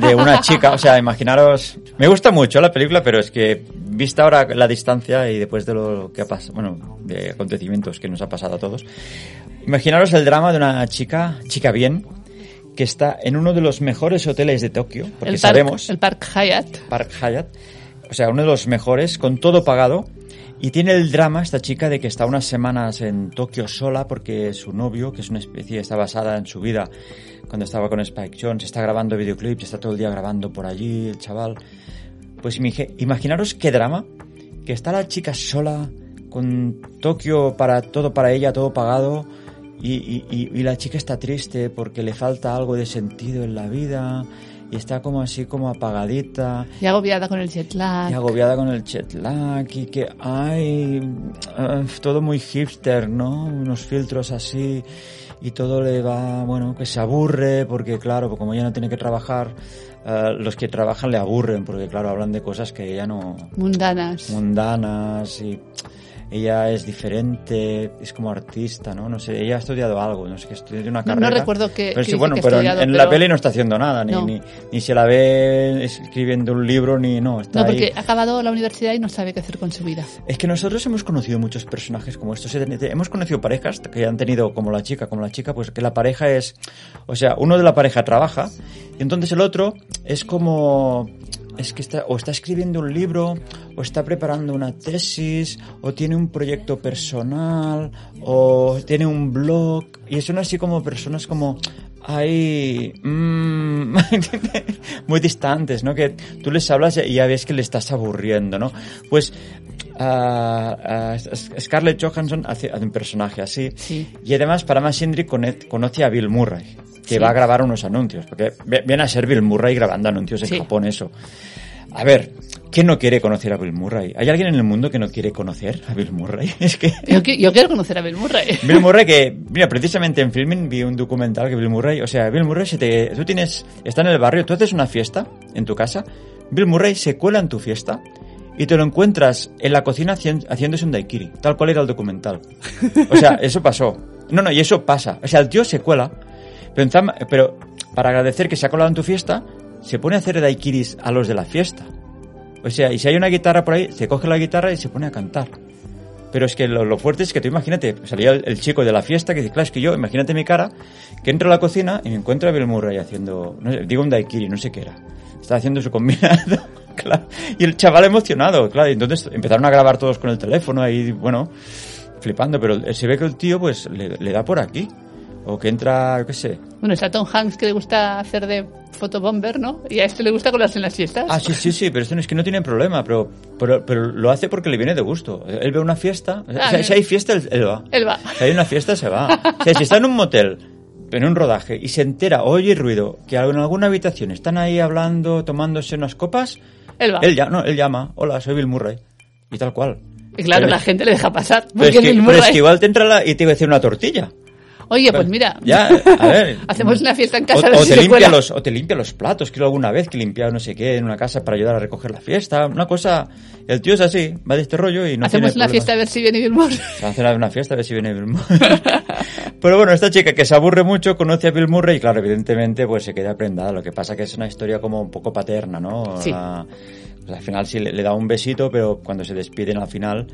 Speaker 1: de una chica, o sea, imaginaros... Me gusta mucho la película, pero es que vista ahora la distancia y después de lo que ha pasado, bueno, de acontecimientos que nos ha pasado a todos, imaginaros el drama de una chica, chica bien, que está en uno de los mejores hoteles de Tokio, porque
Speaker 2: el, park,
Speaker 1: sabemos...
Speaker 2: el Park Hyatt.
Speaker 1: Park Hyatt, o sea, uno de los mejores, con todo pagado. Y tiene el drama esta chica de que está unas semanas en Tokio sola porque su novio, que es una especie, está basada en su vida cuando estaba con Spike Jones, está grabando videoclips, está todo el día grabando por allí, el chaval. Pues imige- imaginaros qué drama, que está la chica sola, con Tokio para todo para ella, todo pagado, y, y- y- y la chica está triste porque le falta algo de sentido en la vida, y está como así como apagadita,
Speaker 2: Y agobiada con el jet lag.
Speaker 1: y agobiada con el jet lag, y que ay, eh, todo muy hipster, ¿no? Unos filtros así, y todo le va, bueno, que se aburre, porque claro, pues como ella no tiene que trabajar, eh, los que trabajan le aburren, porque claro, hablan de cosas que ella no,
Speaker 2: Mundanas.
Speaker 1: mundanas y ella es diferente, es como artista, ¿no? No sé, ella ha estudiado algo, no sé, que estudió una
Speaker 2: No- no
Speaker 1: carrera.
Speaker 2: recuerdo qué- qué
Speaker 1: Pero sí,
Speaker 2: dice
Speaker 1: bueno,
Speaker 2: que ha
Speaker 1: pero en,
Speaker 2: estudiado,
Speaker 1: en
Speaker 2: pero-
Speaker 1: la peli no está haciendo nada, ni,
Speaker 2: No.
Speaker 1: ni, ni se la ve escribiendo un libro, ni no, está
Speaker 2: No, porque
Speaker 1: ahí.
Speaker 2: ha acabado la universidad y no sabe qué hacer con su vida.
Speaker 1: Es que nosotros hemos conocido muchos personajes como estos. Hemos conocido parejas que han tenido como la chica, como la chica, pues que la pareja es, o sea, uno de la pareja trabaja y entonces el otro es como es que está o está escribiendo un libro o está preparando una tesis o tiene un proyecto personal o tiene un blog y son así como personas como Ay, mm, muy distantes, ¿no? Que tú les hablas y ya ves que le estás aburriendo, ¿no? Pues ah, ah, Scarlett Johansson hace, hace un personaje así.
Speaker 2: Sí.
Speaker 1: Y además, para más Indri conoce a Bill Murray, que
Speaker 2: Sí.
Speaker 1: va a grabar unos anuncios, porque ve- viene a ser Bill Murray grabando anuncios en
Speaker 2: Sí.
Speaker 1: Japón, eso. A ver, ¿quién no quiere conocer a Bill Murray? ¿Hay alguien en el mundo que no quiere conocer a Bill Murray? Es que...
Speaker 2: Yo, qui- yo quiero conocer a Bill Murray.
Speaker 1: Bill Murray que, mira, precisamente en filming vi un documental que Bill Murray, o sea, Bill Murray si te, tú tienes, está en el barrio, tú haces una fiesta en tu casa, Bill Murray se cuela en tu fiesta y te lo encuentras en la cocina hacien- haciéndose un daiquiri, tal cual era el documental. O sea, eso pasó. No, no, y eso pasa. O sea, el tío se cuela, pero, en zam- pero para agradecer que se ha colado en tu fiesta, se pone a hacer daiquiris a los de la fiesta. O sea, y si hay una guitarra por ahí, se coge la guitarra y se pone a cantar. Pero es que lo, lo fuerte es que tú imagínate, salía el, el chico de la fiesta que dice, claro, es que yo, imagínate mi cara, que entro a la cocina y me encuentro a Bill Murray haciendo, no sé, digo un daiquiri, no sé qué era. Estaba haciendo su combinado, claro. Y el chaval emocionado, claro. Y entonces empezaron a grabar todos con el teléfono ahí, bueno, flipando. Pero el- se ve que el tío, pues, le, le da por aquí. O que entra, yo qué sé.
Speaker 2: Bueno, está Tom Hanks que le gusta hacer de fotobomber, ¿no? Y a este le gusta colarse en las fiestas.
Speaker 1: Ah, sí, sí, sí, pero esto no es que no tiene problema, pero, pero, pero lo hace porque le viene de gusto. Él ve una fiesta, o sea,
Speaker 2: Ah,
Speaker 1: si-
Speaker 2: bien.
Speaker 1: si hay fiesta, él, él va.
Speaker 2: Él va.
Speaker 1: Si hay una fiesta, se va. O sea, si está en un motel, en un rodaje, y se entera, oye ruido, que en alguna habitación están ahí hablando, tomándose unas copas,
Speaker 2: Él va.
Speaker 1: él, ya, no, él llama, hola, soy Bill Murray, y tal cual.
Speaker 2: Y claro,
Speaker 1: Pero-
Speaker 2: la gente le deja pasar.
Speaker 1: Pero
Speaker 2: Porque
Speaker 1: es, que,
Speaker 2: Bill
Speaker 1: pero es
Speaker 2: Murray-
Speaker 1: que igual te entra la, y te iba a decir una tortilla.
Speaker 2: Oye, pues mira.
Speaker 1: Ya, a ver.
Speaker 2: Hacemos una fiesta en casa.
Speaker 1: O,
Speaker 2: a ver
Speaker 1: o
Speaker 2: si
Speaker 1: te
Speaker 2: se
Speaker 1: limpia
Speaker 2: cuela.
Speaker 1: los, o te limpia los platos, creo alguna vez que limpiaba no sé qué en una casa para ayudar a recoger la fiesta. Una cosa. El tío es así, va de este rollo y no tiene
Speaker 2: Hacemos una
Speaker 1: problemas.
Speaker 2: fiesta a ver si viene Bill Murray.
Speaker 1: Se hace una fiesta a ver si viene Bill Murray. Pero bueno, esta chica que se aburre mucho conoce a Bill Murray y claro, evidentemente pues se queda prendada. Lo que pasa que es una historia como un poco paterna, ¿no?
Speaker 2: Sí.
Speaker 1: La- pues, al final sí le, le da un besito, pero cuando se despiden al final...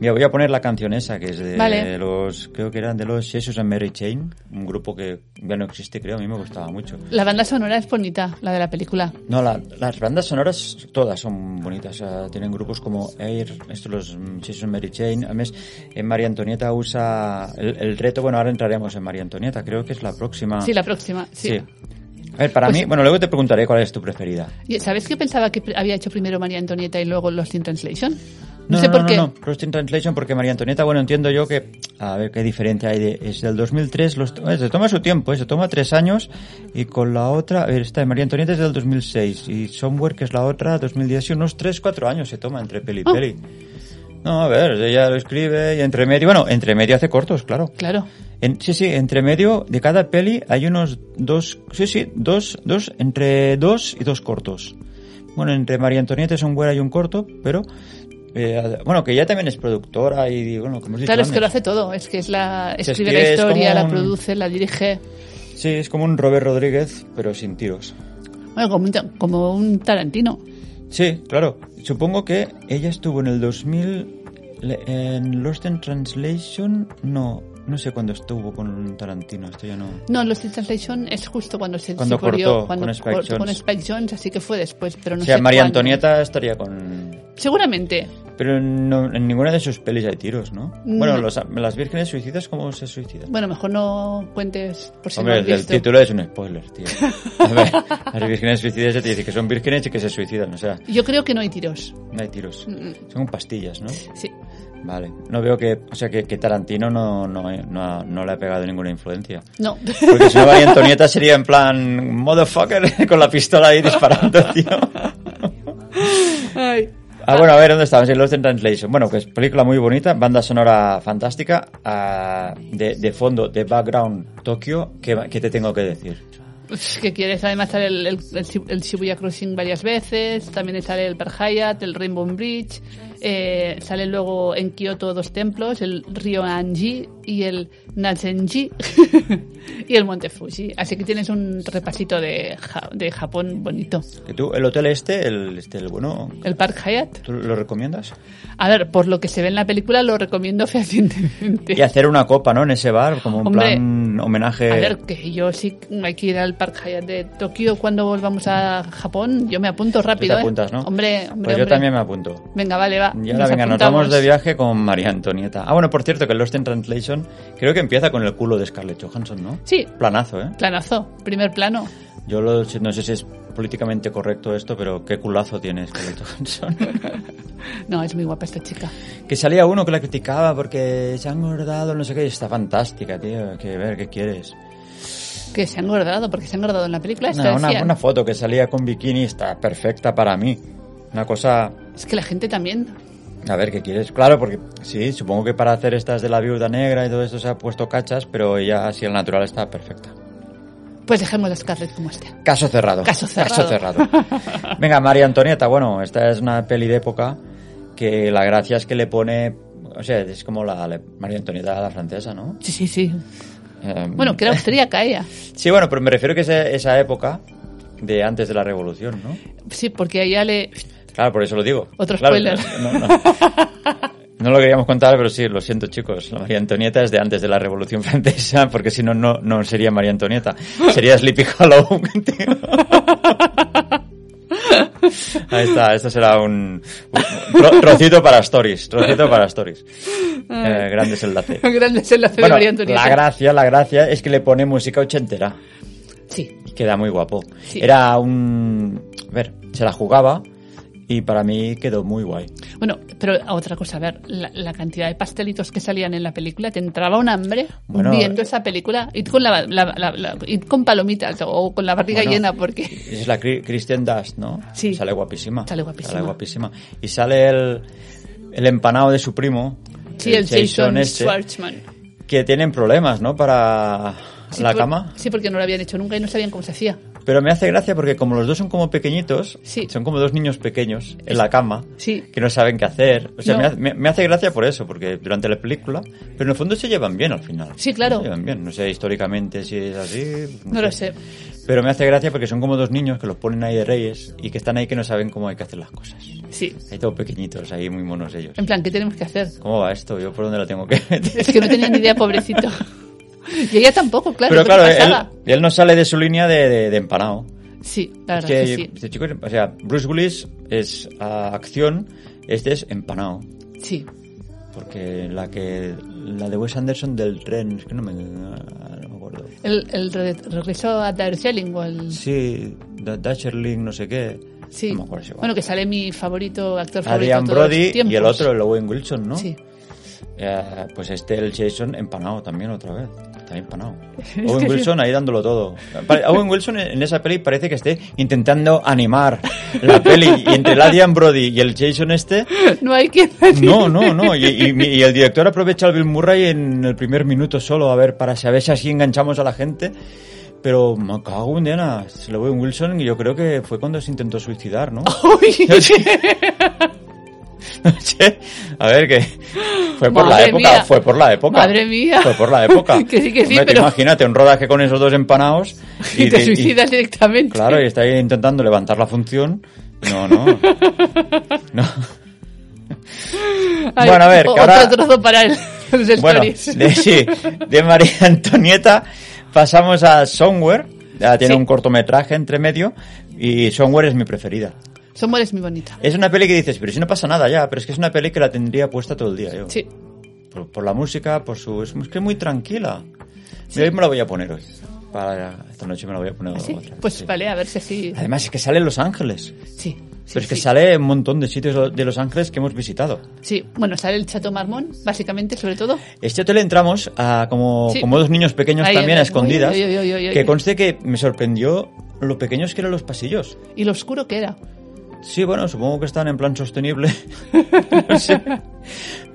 Speaker 1: Mira, voy a poner la canción esa, que es de
Speaker 2: Vale.
Speaker 1: los... Creo que eran de los Jesus and Mary Chain, un grupo que ya no existe, creo, a mí me gustaba mucho.
Speaker 2: La banda sonora es bonita, la de la película.
Speaker 1: No, la- las bandas sonoras todas son bonitas. o sea, tienen grupos como Air, estos los mm, Jason Mary Chain. Además, en eh, María Antonieta usa el, el reto. Bueno, ahora entraremos en María Antonieta. Creo que es la próxima.
Speaker 2: Sí, la próxima. Sí.
Speaker 1: A ver, para
Speaker 2: Pues-
Speaker 1: mí, bueno, luego te preguntaré cuál es tu preferida.
Speaker 2: Oye, ¿Sabes qué pensaba que pr- había hecho primero María Antonieta y luego Lost in Translation? No,
Speaker 1: No,
Speaker 2: sé
Speaker 1: no,
Speaker 2: por
Speaker 1: no,
Speaker 2: qué.
Speaker 1: No, Lost in Translation, porque María Antonieta, bueno, entiendo yo que, a ver qué diferencia hay. De, es del 2003, los, eh, se toma su tiempo, eh, se toma tres años, y con la otra, a ver, esta de María Antonieta es del 2006, y Somewhere, que es la otra, 2010, y unos tres, cuatro años se toma entre peli y
Speaker 2: Ah.
Speaker 1: peli. No, a ver, ella lo escribe, y entre medio, bueno, entre medio hace cortos, claro.
Speaker 2: Claro.
Speaker 1: En- sí, sí, entre medio de cada peli hay unos dos, sí, sí, dos, dos, entre dos y dos cortos. Bueno, entre María Antonieta y Somewhere hay un corto, pero, eh, bueno, que ella también es productora y, bueno, como hemos dicho
Speaker 2: Claro, es que lo
Speaker 1: antes.
Speaker 2: hace todo. Es que es la
Speaker 1: Si es
Speaker 2: escribe
Speaker 1: que
Speaker 2: la
Speaker 1: es
Speaker 2: historia,
Speaker 1: como
Speaker 2: la
Speaker 1: un-
Speaker 2: produce, la dirige.
Speaker 1: Sí, es como un Robert Rodríguez, pero sin tiros.
Speaker 2: Bueno, como un, ta- como un Tarantino.
Speaker 1: Sí, claro. Supongo que ella estuvo en el 2000 le- en Lost in Translation, no, no sé cuándo estuvo con Tarantino, esto ya no.
Speaker 2: No, Lost in Translation es justo cuando se
Speaker 1: Cuando
Speaker 2: se murió,
Speaker 1: cortó
Speaker 2: cuando
Speaker 1: con Spike
Speaker 2: cortó con
Speaker 1: Jonze.
Speaker 2: Spike Jonze, así que fue después, pero no
Speaker 1: o sea,
Speaker 2: sé
Speaker 1: María
Speaker 2: cuándo.
Speaker 1: Antonieta estaría con
Speaker 2: Seguramente.
Speaker 1: Pero no- en ninguna de sus pelis hay tiros, ¿no?
Speaker 2: No.
Speaker 1: Bueno, los- las vírgenes suicidas, ¿cómo se suicidan?
Speaker 2: Bueno, mejor no cuentes por si
Speaker 1: Hombre,
Speaker 2: no
Speaker 1: el,
Speaker 2: has
Speaker 1: el
Speaker 2: visto.
Speaker 1: título es un spoiler, tío. A ver, las vírgenes suicidas ya te dice que son vírgenes y que se suicidan, o sea,
Speaker 2: Yo creo que no hay tiros.
Speaker 1: no hay tiros.
Speaker 2: Mm,
Speaker 1: Son pastillas, ¿no?
Speaker 2: Sí.
Speaker 1: Vale. No veo que, o sea, que, que Tarantino no, no, eh, no, ha- no le ha pegado ninguna influencia.
Speaker 2: No.
Speaker 1: Porque si no, María Antonieta sería en plan, motherfucker, con la pistola ahí disparando, tío.
Speaker 2: Ay.
Speaker 1: Ah, bueno, a ver, ¿dónde estamos? En Lost in Translation. Bueno, pues película muy bonita, banda sonora fantástica, ah, de, de fondo, de background, Tokio, ¿qué, va- qué te tengo que decir?
Speaker 2: Pues que quieres además sale el, el, el Shib- el Shibuya Crossing varias veces, también sale el Per Hyatt, el Rainbow Bridge, eh, sale luego en Kioto dos templos, el río Anji y el Nazenji y el Monte Fuji. Así que tienes un repasito de, Ja- de Japón bonito.
Speaker 1: Que tú, el hotel este, el, este, el bueno,
Speaker 2: El Park Hyatt.
Speaker 1: ¿tú lo recomiendas?
Speaker 2: A ver, por lo que se ve en la película lo recomiendo fehacientemente.
Speaker 1: Y hacer una copa, ¿no? En ese bar, como un
Speaker 2: Hombre,
Speaker 1: plan homenaje.
Speaker 2: A ver, que yo sí hay que ir al Park Hyatt de Tokio cuando volvamos a Japón. Yo me apunto
Speaker 1: Tú te
Speaker 2: rápido. ¿eh?
Speaker 1: apuntas, ¿no?
Speaker 2: Hombre, hombre.
Speaker 1: Pues yo
Speaker 2: hombre.
Speaker 1: también me apunto.
Speaker 2: Venga, vale, va.
Speaker 1: Y ahora, venga, nos
Speaker 2: apuntamos.
Speaker 1: vamos de viaje con María Antonieta. Ah, bueno, por cierto, que Lost in Translation creo que empieza con el culo de Scarlett Johansson, ¿no?
Speaker 2: Sí.
Speaker 1: Planazo, ¿eh?
Speaker 2: Planazo, primer plano.
Speaker 1: Yo lo, no sé si es políticamente correcto esto, pero qué culazo tiene este Scarlett Johansson.
Speaker 2: No, es muy guapa esta chica.
Speaker 1: que salía uno que la criticaba porque se ha engordado, no sé qué, y está fantástica, tío. Que ver, ¿qué quieres?
Speaker 2: Que se ha engordado, porque se ha engordado en la película. Esta
Speaker 1: No, una,
Speaker 2: decía.
Speaker 1: una foto que salía con bikini está perfecta para mí. Una cosa...
Speaker 2: Es que la gente también.
Speaker 1: A ver, ¿qué quieres? Claro, porque sí, supongo que para hacer estas de la viuda negra y todo esto se ha puesto cachas, pero ella así al natural está perfecta.
Speaker 2: Pues dejemos a Scarlett como está.
Speaker 1: Caso cerrado.
Speaker 2: Caso cerrado.
Speaker 1: cerrado. Venga, María Antonieta, bueno, esta es una peli de época que la gracia es que le pone... O sea, es como la, la María Antonieta la francesa, ¿no?
Speaker 2: Sí, sí, sí.
Speaker 1: Em,
Speaker 2: Bueno, que era austríaca ella.
Speaker 1: Sí, bueno, pero me refiero que esa, esa época de antes de la revolución, ¿no?
Speaker 2: Sí, porque a ella le.
Speaker 1: Claro, por eso lo digo.
Speaker 2: Otro
Speaker 1: Claro,
Speaker 2: spoiler.
Speaker 1: No, no, No lo queríamos contar, pero sí, lo siento, chicos. La María Antonieta es de antes de la Revolución Francesa, porque si no, no, no sería María Antonieta. Sería Sleepy Hollow, tío. Ahí está, esto será un, un tro- trocito para stories, trocito para stories. Eh, grandes enlaces.
Speaker 2: Grande es el enlace de
Speaker 1: Bueno,
Speaker 2: María Antonieta.
Speaker 1: la gracia, la gracia es que le pone música ochentera.
Speaker 2: Sí.
Speaker 1: Y queda muy guapo.
Speaker 2: Sí.
Speaker 1: Era un... A ver, se la jugaba y para mí quedó muy guay.
Speaker 2: Bueno, pero a otra cosa, a ver, la, la cantidad de pastelitos que salían en la película, te entraba un hambre
Speaker 1: Bueno,
Speaker 2: viendo esa película, ir con, la, la- la- la- ir con palomitas o con la barriga
Speaker 1: Bueno,
Speaker 2: llena, porque
Speaker 1: Es la Cri- Christian Dust, ¿no?
Speaker 2: Sí.
Speaker 1: Sale guapísima.
Speaker 2: Sale guapísima.
Speaker 1: Sale guapísima. Y sale el... el empanado de su primo, este,
Speaker 2: Sí, el Jason, Schwartzman.
Speaker 1: que tienen problemas, ¿no? Para
Speaker 2: Sí,
Speaker 1: la
Speaker 2: por-
Speaker 1: cama.
Speaker 2: Sí, porque no lo habían hecho nunca y no sabían cómo se hacía.
Speaker 1: Pero me hace gracia porque como los dos son como pequeñitos,
Speaker 2: Sí.
Speaker 1: son como dos niños pequeños en la cama,
Speaker 2: Sí.
Speaker 1: que no saben qué hacer. O sea,
Speaker 2: No.
Speaker 1: me, hace, me- me hace gracia por eso, porque durante la película, pero en el fondo se llevan bien al final.
Speaker 2: Sí, claro.
Speaker 1: Se llevan bien. No sé históricamente si es así.
Speaker 2: No lo sé.
Speaker 1: Pero me hace gracia porque son como dos niños que los ponen ahí de reyes y que están ahí que no saben cómo hay que hacer las cosas.
Speaker 2: Sí.
Speaker 1: Ahí todos pequeñitos, ahí muy monos ellos.
Speaker 2: En plan, ¿qué tenemos que hacer?
Speaker 1: ¿Cómo va esto? ¿Yo por dónde lo tengo que meter?
Speaker 2: Es que no tenía ni idea, pobrecito. Y ella tampoco, claro.
Speaker 1: Pero
Speaker 2: es lo
Speaker 1: claro,
Speaker 2: que
Speaker 1: él,
Speaker 2: pasaba.
Speaker 1: él no sale de su línea de, de- de empanado.
Speaker 2: Sí, la
Speaker 1: Es
Speaker 2: verdad
Speaker 1: que
Speaker 2: que sí.
Speaker 1: este chico, o sea, Bruce Willis es ah, acción, este es empanado.
Speaker 2: Sí.
Speaker 1: Porque la que la de Wes Anderson del tren, es que no me, no, no me acuerdo.
Speaker 2: El, el re- regreso a Darjeeling o el...
Speaker 1: Sí, Da- Dasherling, no sé qué.
Speaker 2: Sí.
Speaker 1: No me acuerdo si va.
Speaker 2: bueno, que sale mi favorito, actor favorito
Speaker 1: Adrian
Speaker 2: de todos los
Speaker 1: Brody y el
Speaker 2: tiempos.
Speaker 1: otro, el Owen Wilson, ¿no?
Speaker 2: Sí.
Speaker 1: Eh, pues este, el Jason, empanado también otra vez. Está empanado.
Speaker 2: Es que
Speaker 1: Owen
Speaker 2: sí.
Speaker 1: Wilson ahí dándolo todo. Pa- Owen Wilson en esa peli parece que esté intentando animar la peli. Y entre el Adrian Brody y el Jason este...
Speaker 2: No hay quien...
Speaker 1: No, no, no. Y, y- y el director aprovecha al Bill Murray en el primer minuto solo, a ver, para saber si así enganchamos a la gente. Pero me cago en Diana. Se lo veo en Wilson y yo creo que fue cuando se intentó suicidar, ¿no?
Speaker 2: Ah. Uy,
Speaker 1: No sé. No sé. A ver, que fue por la
Speaker 2: Madre
Speaker 1: época,
Speaker 2: mía.
Speaker 1: fue por la época.
Speaker 2: Madre mía.
Speaker 1: Fue por la época.
Speaker 2: Que sí, que sí,
Speaker 1: Hombre, tú
Speaker 2: pero-
Speaker 1: Imagínate un rodaje con esos dos empanados
Speaker 2: y, te suicidas directamente.
Speaker 1: Claro, y está ahí intentando levantar la función. No, no. No.
Speaker 2: Ay,
Speaker 1: bueno, a ver,
Speaker 2: o-
Speaker 1: que ahora-
Speaker 2: Otro trozo para el, los
Speaker 1: Bueno,
Speaker 2: stories.
Speaker 1: de, sí, de María Antonieta pasamos a Somewhere. Ya tiene
Speaker 2: Sí.
Speaker 1: un cortometraje entre medio y Somewhere es mi preferida.
Speaker 2: Somewhere es muy bonita.
Speaker 1: Es una peli que dices, pero si no pasa nada ya, pero es que es una peli que la tendría puesta todo el día yo.
Speaker 2: Sí.
Speaker 1: Por, por la música, por su... Es, es que es muy tranquila. Yo hoy me la voy a poner hoy. Para, esta noche me la voy a poner
Speaker 2: ¿Sí?
Speaker 1: otra vez,
Speaker 2: Pues
Speaker 1: sí.
Speaker 2: vale, a ver si así...
Speaker 1: Además es que sale en Los Ángeles.
Speaker 2: Sí. sí,
Speaker 1: pero es que
Speaker 2: sí.
Speaker 1: sale en un montón de sitios de Los Ángeles que hemos visitado.
Speaker 2: Sí, bueno, sale el Chato Marmón, básicamente, sobre todo.
Speaker 1: Este hotel entramos a como,
Speaker 2: Sí.
Speaker 1: como dos niños pequeños
Speaker 2: Ahí,
Speaker 1: también a
Speaker 2: ahí,
Speaker 1: escondidas.
Speaker 2: ahí, ahí, ahí, ahí, ahí.
Speaker 1: que conste que me sorprendió lo pequeños que eran los pasillos.
Speaker 2: Y lo oscuro que era.
Speaker 1: Sí, bueno, supongo que están en plan sostenible. no sé.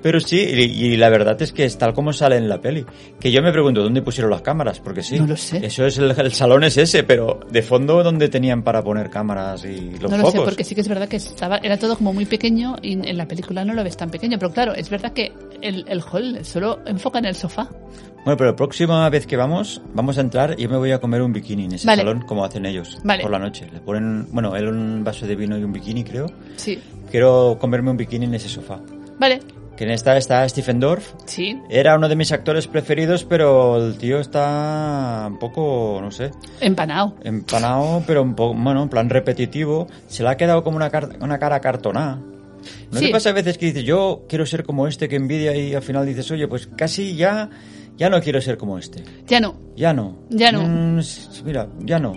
Speaker 1: Pero sí, y, y la verdad es que es tal como sale en la peli. Que yo me pregunto dónde pusieron las cámaras, porque sí.
Speaker 2: No lo sé.
Speaker 1: Eso es el, el salón es ese, pero de fondo dónde tenían para poner cámaras y los
Speaker 2: no lo
Speaker 1: focos.
Speaker 2: sé, porque sí que es verdad que estaba, era todo como muy pequeño y en la película no lo ves tan pequeño. Pero claro, es verdad que el, el hall solo enfoca en el sofá.
Speaker 1: Bueno, pero la próxima vez que vamos, vamos a entrar y yo me voy a comer un bikini en ese
Speaker 2: Vale.
Speaker 1: salón, como hacen ellos
Speaker 2: Vale.
Speaker 1: por la noche. Le ponen, bueno, él un vaso de vino y un bikini, creo.
Speaker 2: Sí.
Speaker 1: Quiero comerme un bikini en ese sofá.
Speaker 2: Vale.
Speaker 1: Que en esta está Stephen Dorff,
Speaker 2: Sí.
Speaker 1: Era uno de mis actores preferidos, pero el tío está un poco, no sé,
Speaker 2: Empanado.
Speaker 1: empanado, pero un poco, bueno, en plan repetitivo. Se le ha quedado como una, car- una cara cartonada. ¿No
Speaker 2: Sí.
Speaker 1: te pasa a veces que dices, yo quiero ser como este que envidia y al final dices, oye, pues casi ya, ya no quiero ser como este?
Speaker 2: Ya no.
Speaker 1: Ya no.
Speaker 2: Ya no.
Speaker 1: Mm, s- mira, ya no.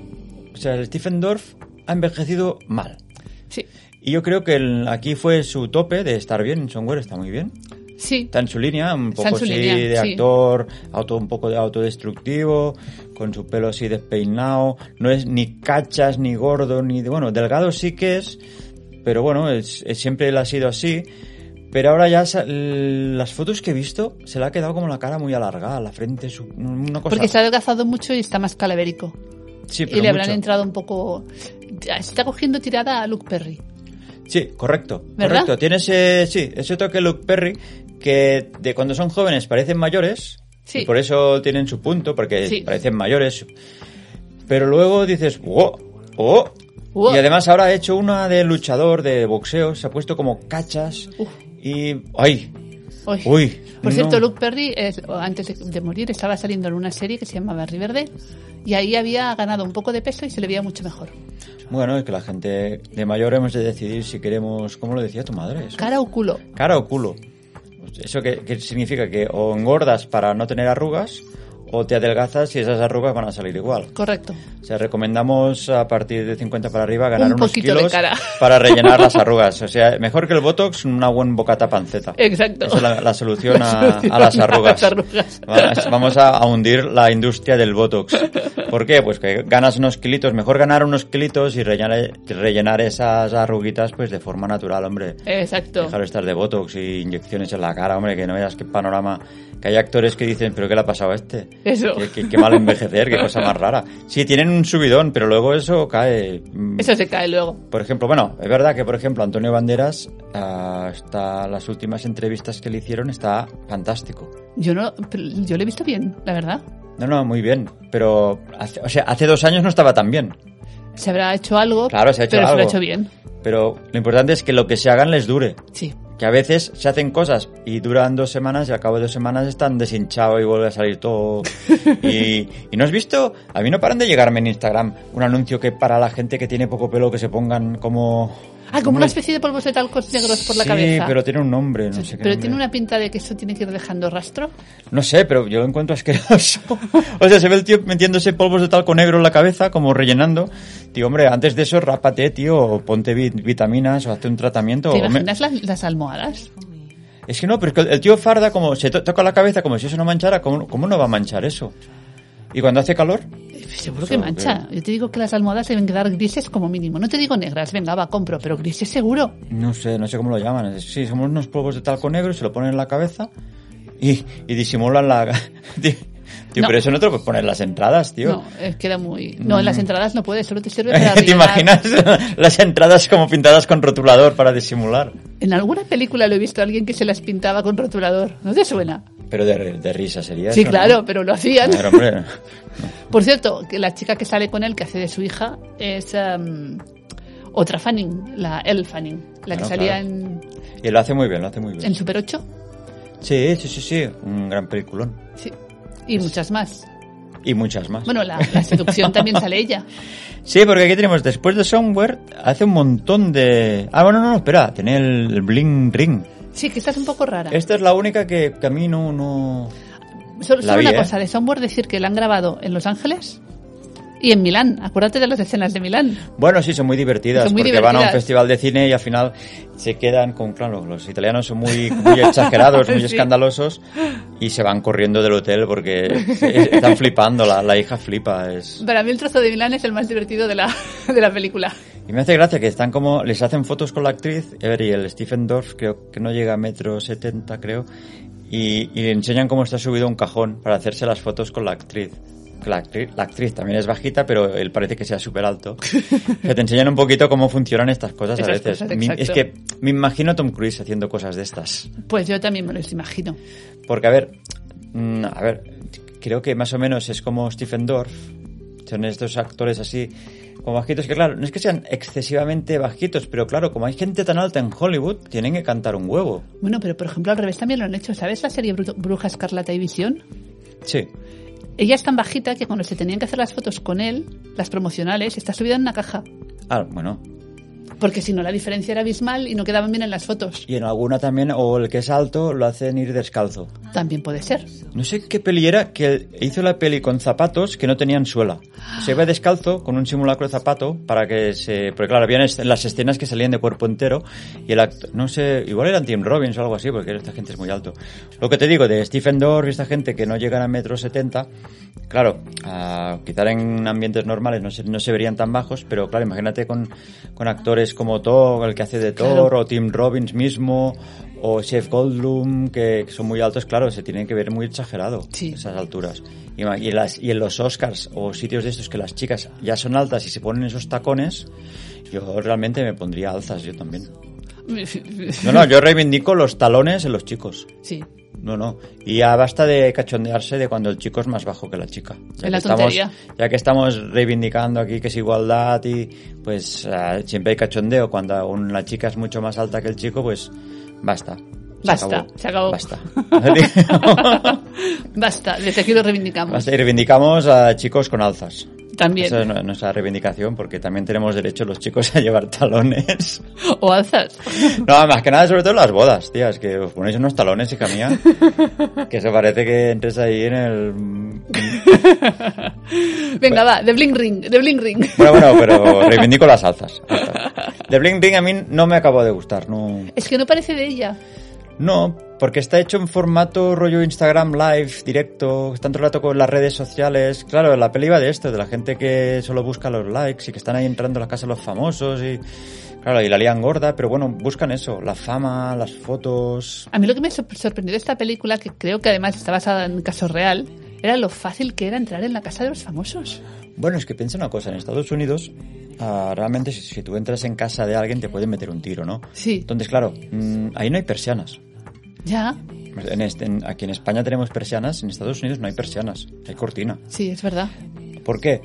Speaker 1: O sea, el Stephen Dorff ha envejecido mal.
Speaker 2: Sí.
Speaker 1: Y yo creo que el- aquí fue su tope de estar bien. Somewhere está muy bien
Speaker 2: Sí.
Speaker 1: está en su línea, un
Speaker 2: Está en
Speaker 1: poco
Speaker 2: su
Speaker 1: así
Speaker 2: línea,
Speaker 1: de
Speaker 2: sí.
Speaker 1: actor, auto, un poco de autodestructivo, con su pelo así despeinado, no es ni cachas, ni gordo, ni de, bueno, delgado sí que es, pero bueno, es, es- siempre él ha sido así. Pero ahora ya sa- las fotos que he visto se le ha quedado como la cara muy alargada, la frente, su- una cosa.
Speaker 2: Porque se ha adelgazado mucho y está más calavérico.
Speaker 1: sí, pero
Speaker 2: Y le habrán
Speaker 1: mucho.
Speaker 2: entrado un poco. Está cogiendo tirada a Luke Perry.
Speaker 1: Sí, correcto.
Speaker 2: ¿Verdad?
Speaker 1: Correcto. Tiene ese, sí, ese toque Luke Perry que de cuando son jóvenes parecen mayores.
Speaker 2: Sí.
Speaker 1: Y por eso tienen su punto, porque
Speaker 2: Sí.
Speaker 1: parecen mayores. Pero luego dices, wow, oh.
Speaker 2: Wow.
Speaker 1: Y además ahora ha hecho una de luchador, de boxeo, se ha puesto como cachas
Speaker 2: Uf.
Speaker 1: y... ¡Ay!
Speaker 2: Uy.
Speaker 1: Uy, no.
Speaker 2: Por cierto, Luke Perry, es- o antes de, de morir, estaba saliendo en una serie que se llamaba Riverdale y ahí había ganado un poco de peso y se le veía mucho mejor.
Speaker 1: Bueno, es que la gente de mayor hemos de decidir si queremos... ¿Cómo lo decía tu madre? Eso?
Speaker 2: Cara o culo.
Speaker 1: cara o culo. ¿Eso qué, qué significa? Que o engordas para no tener arrugas o te adelgazas y esas arrugas van a salir igual.
Speaker 2: Correcto.
Speaker 1: O sea, recomendamos a partir de 50 para arriba ganar
Speaker 2: Un
Speaker 1: unos
Speaker 2: poquito de
Speaker 1: kilos
Speaker 2: cara.
Speaker 1: para rellenar las arrugas. O sea, mejor que el Botox, una buena bocata panceta.
Speaker 2: Exacto.
Speaker 1: Esa es la, la solución
Speaker 2: La
Speaker 1: a,
Speaker 2: solución
Speaker 1: a las
Speaker 2: a
Speaker 1: arrugas.
Speaker 2: las arrugas.
Speaker 1: Vamos, vamos a, a hundir la industria del Botox. ¿Por qué? Pues que ganas unos kilitos. Mejor ganar unos kilitos y rellenar, rellenar esas arruguitas pues de forma natural, hombre.
Speaker 2: Exacto.
Speaker 1: Dejar de estar de Botox y inyecciones en la cara, hombre, que no veas qué panorama. Que hay actores que dicen, pero ¿qué le ha pasado a este?
Speaker 2: Eso.
Speaker 1: Qué, qué- qué mal envejecer, qué cosa más rara. Sí, tienen un subidón, pero luego eso cae. Mm,
Speaker 2: Eso se cae luego.
Speaker 1: Por ejemplo, bueno, es verdad que, por ejemplo, Antonio Banderas, ah, hasta las últimas entrevistas que le hicieron, está fantástico.
Speaker 2: Yo no, pero yo lo he visto bien, la verdad.
Speaker 1: No, no, muy bien. Pero, hace- o sea, hace dos años no estaba tan bien.
Speaker 2: Se habrá hecho algo,
Speaker 1: Claro, se ha hecho
Speaker 2: pero se lo ha
Speaker 1: algo.
Speaker 2: hecho bien.
Speaker 1: Pero lo importante es que lo que se hagan les dure.
Speaker 2: Sí.
Speaker 1: Que a veces se hacen cosas y duran dos semanas y al cabo de dos semanas están deshinchados y vuelve a salir todo. Y, y no has visto, a mí no paran de llegarme en Instagram un anuncio que para la gente que tiene poco pelo que se pongan como...
Speaker 2: Ah, como una especie de polvos de talcos negros por la
Speaker 1: sí,
Speaker 2: cabeza.
Speaker 1: pero tiene un nombre, no sé qué
Speaker 2: Pero
Speaker 1: nombre.
Speaker 2: tiene una pinta de que eso tiene que ir dejando rastro.
Speaker 1: No sé, pero yo lo encuentro asqueroso. o sea, se ve el tío metiéndose polvos de talco negro en la cabeza, como rellenando. Digo, hombre, antes de eso, rápate, tío, o ponte vit- vitaminas o hazte un tratamiento.
Speaker 2: ¿Te
Speaker 1: o me-
Speaker 2: imaginas las, las almohadas?
Speaker 1: Es que no, pero es que el- el tío farda como se to- toca la cabeza como si eso no manchara, ¿cómo, cómo no va a manchar eso? Y cuando hace calor,
Speaker 2: Eh, Seguro que mancha. Yo te digo que las almohadas deben quedar grises como mínimo. No te digo negras, venga, va, compro, pero grises seguro.
Speaker 1: no sé, no sé cómo lo llaman. Es- Sí, son unos polvos de talco negro, se lo ponen en la cabeza y, y disimulan la... tío, tío,
Speaker 2: No.
Speaker 1: pero eso no te lo puedes poner en las entradas, tío.
Speaker 2: No, eh, queda muy. No, en las entradas no puedes, solo te sirve para.
Speaker 1: Mm. ¿Te
Speaker 2: rellenar.
Speaker 1: imaginas las entradas como pintadas con rotulador para disimular?
Speaker 2: En alguna película lo he visto a alguien que se las pintaba con rotulador. ¿No te suena?
Speaker 1: Pero de, de risa sería
Speaker 2: Sí,
Speaker 1: eso, ¿no?
Speaker 2: claro, pero lo hacían.
Speaker 1: Claro, hombre.
Speaker 2: Por cierto, que la chica que sale con él, que hace de su hija, es em, otra Fanning, la Elle Fanning, la que
Speaker 1: Claro,
Speaker 2: salía
Speaker 1: claro.
Speaker 2: en,
Speaker 1: Y lo hace muy bien, lo hace muy bien.
Speaker 2: en Super 8.
Speaker 1: Sí, sí, sí, sí. Un gran peliculón.
Speaker 2: Sí. Y
Speaker 1: Pues
Speaker 2: muchas más.
Speaker 1: Y muchas más.
Speaker 2: Bueno, la, la seducción también sale ella.
Speaker 1: Sí, porque aquí tenemos, después de Somewhere, hace un montón de... Ah, bueno, no, no, espera, tiene el Bling Ring.
Speaker 2: Sí, que esta es un poco rara.
Speaker 1: Esta es la única que, que a mí no... no...
Speaker 2: Solo,
Speaker 1: la
Speaker 2: solo
Speaker 1: vi,
Speaker 2: una
Speaker 1: ¿eh?
Speaker 2: cosa, de Somewhere decir que la han grabado en Los Ángeles y en Milán. Acuérdate de las escenas de Milán.
Speaker 1: Bueno, sí, son muy divertidas,
Speaker 2: Son muy
Speaker 1: porque van a un
Speaker 2: divertidas.
Speaker 1: festival de cine y al final se quedan con, claro, los italianos son muy, muy exagerados, muy
Speaker 2: Sí.
Speaker 1: escandalosos, y se van corriendo del hotel porque se- están flipando, la, la hija flipa. Es...
Speaker 2: Para mí el trozo de Milán es el más divertido de la, de la película.
Speaker 1: Y me hace gracia que están como, les hacen fotos con la actriz, a ver, y el Stephen Dorff creo que no llega a metro setenta, creo, y, y le enseñan cómo está subido a un cajón para hacerse las fotos con la actriz. Que La actriz, la actriz también es bajita, pero él parece que sea súper alto. Que te enseñan un poquito cómo funcionan estas cosas a
Speaker 2: Esas
Speaker 1: veces.
Speaker 2: cosas,
Speaker 1: Mi- es
Speaker 2: exacto.
Speaker 1: que me imagino a Tom Cruise haciendo cosas de estas.
Speaker 2: Pues yo también me los imagino.
Speaker 1: Porque, a ver, mm, a ver, creo que más o menos es como Stephen Dorff. Son estos actores así, como bajitos, que claro, no es que sean excesivamente bajitos, pero claro, como hay gente tan alta en Hollywood, tienen que cantar un huevo.
Speaker 2: Bueno, pero por ejemplo al revés también lo han hecho. ¿Sabes la serie Bru- Bruja Escarlata y Visión?
Speaker 1: Sí.
Speaker 2: Ella es tan bajita que cuando se tenían que hacer las fotos con él, las promocionales, está subida en una caja.
Speaker 1: Ah, bueno.
Speaker 2: Porque si no, la diferencia era abismal y no quedaban bien en las fotos.
Speaker 1: Y en alguna también, o el que es alto, lo hacen ir descalzo.
Speaker 2: También puede ser.
Speaker 1: No sé qué peli era que hizo la peli con zapatos que no tenían suela. Se iba descalzo con un simulacro de zapato para que se... Porque claro, habían est- las escenas que salían de cuerpo entero y el acto... No sé, igual eran Tim Robbins o algo así porque esta gente es muy alto. Lo que te digo de Stephen Dorff y esta gente que no llegan a metro setenta, claro, ah, quizá en ambientes normales no se, no se verían tan bajos, pero claro, imagínate con, con actores como Thor, el que hace de Thor,
Speaker 2: Claro.
Speaker 1: o Tim Robbins mismo o Chef Goldblum que que son muy altos claro se tienen que ver muy exagerado
Speaker 2: Sí.
Speaker 1: esas alturas y, ma- y las y en los Oscars o sitios de estos que las chicas ya son altas y se ponen esos tacones yo realmente me pondría alzas yo también no no yo reivindico los talones en los chicos
Speaker 2: Sí.
Speaker 1: no, no. Y ya basta de cachondearse de cuando el chico es más bajo que la chica.
Speaker 2: Es la
Speaker 1: que estamos,
Speaker 2: tontería.
Speaker 1: ya que estamos reivindicando aquí que es igualdad y pues ah, siempre hay cachondeo. Cuando una chica es mucho más alta que el chico, pues basta. Se
Speaker 2: Basta,
Speaker 1: acabó.
Speaker 2: se acabó.
Speaker 1: Basta.
Speaker 2: Basta, desde aquí lo reivindicamos.
Speaker 1: basta. Y reivindicamos a chicos con alzas.
Speaker 2: También.
Speaker 1: Esa es nu- nuestra reivindicación porque también tenemos derecho los chicos a llevar talones.
Speaker 2: O alzas.
Speaker 1: No, más que nada, sobre todo en las bodas, tías, que os ponéis unos talones, hija mía, que se parece que entres ahí en el...
Speaker 2: Venga, va, de Bling Ring, de Bling Ring.
Speaker 1: Bueno, bueno, pero reivindico las alzas. ya está. The Bling Ring a mí no me acabó de gustar, no...
Speaker 2: Es que no parece de ella.
Speaker 1: No, porque está hecho en formato rollo Instagram Live, directo, tanto rato con las redes sociales. Claro, la peli va de esto, de la gente que solo busca los likes y que están ahí entrando a las casas de los famosos y... Claro, y la lían gorda, pero bueno, buscan eso, la fama, las fotos...
Speaker 2: A mí lo que me sor- sorprendió de esta película, que creo que además está basada en un caso real, era lo fácil que era entrar en la casa de los famosos.
Speaker 1: Bueno, es que piensa una cosa, en Estados Unidos ah, realmente si, si tú entras en casa de alguien te pueden meter un tiro, ¿no?
Speaker 2: Sí.
Speaker 1: Entonces, claro, mm, ahí no hay persianas.
Speaker 2: Ya,
Speaker 1: En este- en- aquí en España tenemos persianas, en Estados Unidos no hay persianas, hay cortina.
Speaker 2: sí, es verdad.
Speaker 1: ¿Por qué?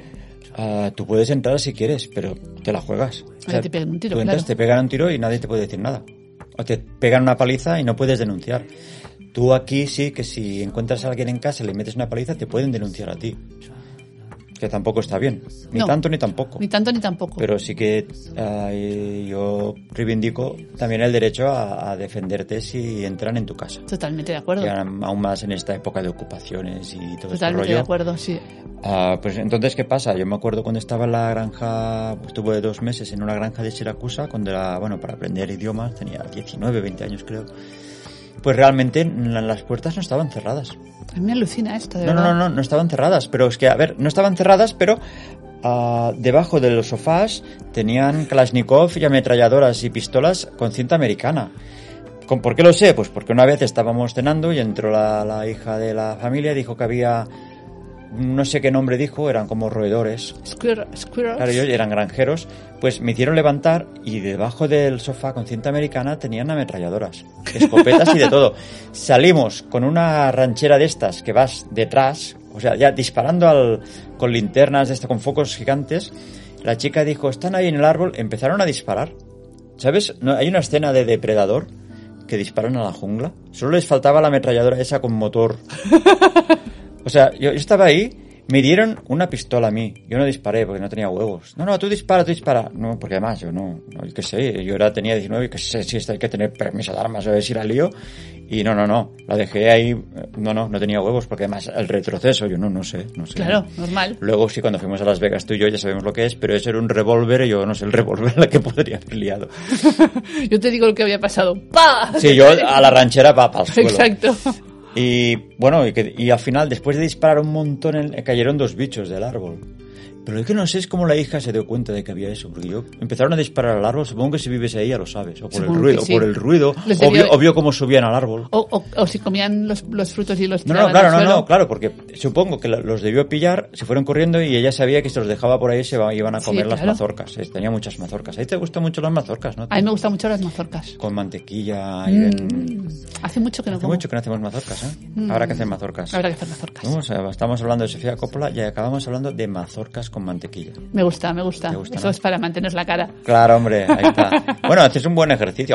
Speaker 1: Ah, tú puedes entrar si quieres, pero te la juegas. O
Speaker 2: te pegan un tiro,
Speaker 1: tú entras,
Speaker 2: claro.
Speaker 1: te pegan un tiro y nadie te puede decir nada. O te pegan una paliza y no puedes denunciar. Tú aquí sí que si encuentras a alguien en casa y le metes una paliza, te pueden denunciar a ti. Que tampoco está bien. Ni
Speaker 2: No.
Speaker 1: tanto ni tampoco.
Speaker 2: Ni tanto ni tampoco.
Speaker 1: Pero sí que eh, yo reivindico también el derecho a, a defenderte si entran en tu casa.
Speaker 2: Totalmente de acuerdo.
Speaker 1: Y aún aún más en esta época de ocupaciones y todo este
Speaker 2: Mm. Totalmente de
Speaker 1: rollo.
Speaker 2: acuerdo, sí.
Speaker 1: Ah, pues entonces, ¿qué pasa? Yo me acuerdo cuando estaba en la granja, estuve dos meses en una granja de Siracusa, cuando era, bueno, para aprender idiomas, tenía 19, 20 años creo. Pues realmente la- las puertas no estaban cerradas.
Speaker 2: A mí me alucina esto, de
Speaker 1: No, no,
Speaker 2: verdad.
Speaker 1: no, no, no estaban cerradas, pero es que, a ver, no estaban cerradas, pero ah, debajo de los sofás tenían Kalashnikov y ametralladoras y pistolas con cinta americana. ¿Con, ¿Por qué lo sé? Pues porque una vez estábamos cenando y entró la, la hija de la familia y dijo que había, no sé qué nombre dijo, eran como roedores.
Speaker 2: Squirrel- squirrels.
Speaker 1: Claro, ellos eran granjeros, pues me hicieron levantar y debajo del sofá con cinta americana tenían ametralladoras, escopetas y de todo. Salimos con una ranchera de estas que vas detrás, o sea, ya disparando al, con linternas, de esta, con focos gigantes. La chica dijo, están ahí en el árbol, empezaron a disparar. ¿Sabes? No, hay una escena de depredador que disparan a la jungla. Solo les faltaba la ametralladora esa con motor o sea, yo, yo estaba ahí, me dieron una pistola a mí. Yo no disparé porque no tenía huevos. No, no, tú dispara, tú dispara. No, porque además yo no, no yo qué sé, yo era, tenía 19, que sé si esto hay que tener permiso de armas o es ir al lío. Y no, no, no, la dejé ahí, eh, no, no, no tenía huevos porque además el retroceso, yo no, no sé, no sé.
Speaker 2: Claro, normal.
Speaker 1: Luego sí, cuando fuimos a Las Vegas tú y yo ya sabemos lo que es, pero eso era un revólver y yo no sé el revólver la que podría haber liado.
Speaker 2: Yo te digo lo que había pasado. ¡Pah!
Speaker 1: Sí, yo a la ranchera va para el suelo.
Speaker 2: Exacto.
Speaker 1: Y bueno, y, que- y al final, después de disparar un montón, en- cayeron dos bichos del árbol. Pero es que no sé es cómo la hija se dio cuenta de que había eso, porque yo empezaron a disparar al árbol, supongo que si vives ahí ya lo sabes, o por
Speaker 2: Supongo
Speaker 1: el
Speaker 2: que
Speaker 1: ruido,
Speaker 2: sí.
Speaker 1: o por el ruido,
Speaker 2: Les
Speaker 1: o
Speaker 2: debió-
Speaker 1: vio, o vio cómo subían al árbol.
Speaker 2: O, o- o si comían los, los frutos y los
Speaker 1: No, no,
Speaker 2: tiraban
Speaker 1: claro,
Speaker 2: al
Speaker 1: no,
Speaker 2: suelo.
Speaker 1: no, claro, porque supongo que la- los debió pillar, se fueron corriendo y ella sabía que se los dejaba por ahí se va- iban a
Speaker 2: Sí,
Speaker 1: comer las
Speaker 2: claro.
Speaker 1: mazorcas. Eh, Tenía muchas mazorcas. A ti te gustan mucho las mazorcas, ¿no?
Speaker 2: A mí me gustan mucho las mazorcas.
Speaker 1: Con mantequilla y
Speaker 2: Mm,
Speaker 1: de-
Speaker 2: Hace mucho que no
Speaker 1: Hace
Speaker 2: como.
Speaker 1: mucho que no hacemos mazorcas, ¿eh? Habrá que hacer mazorcas.
Speaker 2: Mm. Habrá que hacer mazorcas.
Speaker 1: Vamos, eh, estamos hablando de Sofía Coppola y acabamos hablando de mazorcas con mantequilla.
Speaker 2: Me gusta, me gusta.
Speaker 1: Te gusta,
Speaker 2: Eso
Speaker 1: ¿no?
Speaker 2: es para mantener la cara.
Speaker 1: Claro, hombre, ahí está. Bueno, haces un buen ejercicio.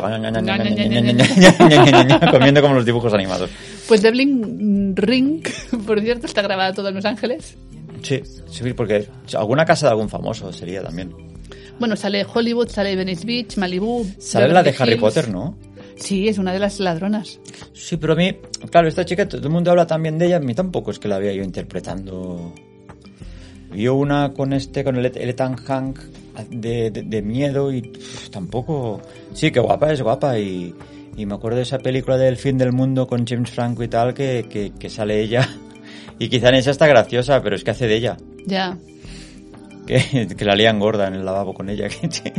Speaker 1: Comiendo como los dibujos animados.
Speaker 2: Pues The Bling Ring, por cierto, está grabada todo en Los Ángeles.
Speaker 1: Sí, sí, porque alguna casa de algún famoso sería también.
Speaker 2: Bueno, sale Hollywood, sale Venice Beach, Malibu.
Speaker 1: ¿Sabes la de Harry Potter, no?
Speaker 2: Sí, es una de las ladronas.
Speaker 1: Sí, pero a mí, claro, esta chica, todo el mundo habla también de ella, a mí tampoco es que la vea yo interpretando. Vio una con este, con el, Et- el Ethan Hank de, de- de miedo y pff, tampoco. Sí, que guapa, es guapa y, y me acuerdo de esa película del fin del mundo con James Franco y tal que, que, que sale ella. Y quizá en esa está graciosa, pero es que hace de ella.
Speaker 2: Ya.
Speaker 1: Que, que la lían gorda en el lavabo con ella. que-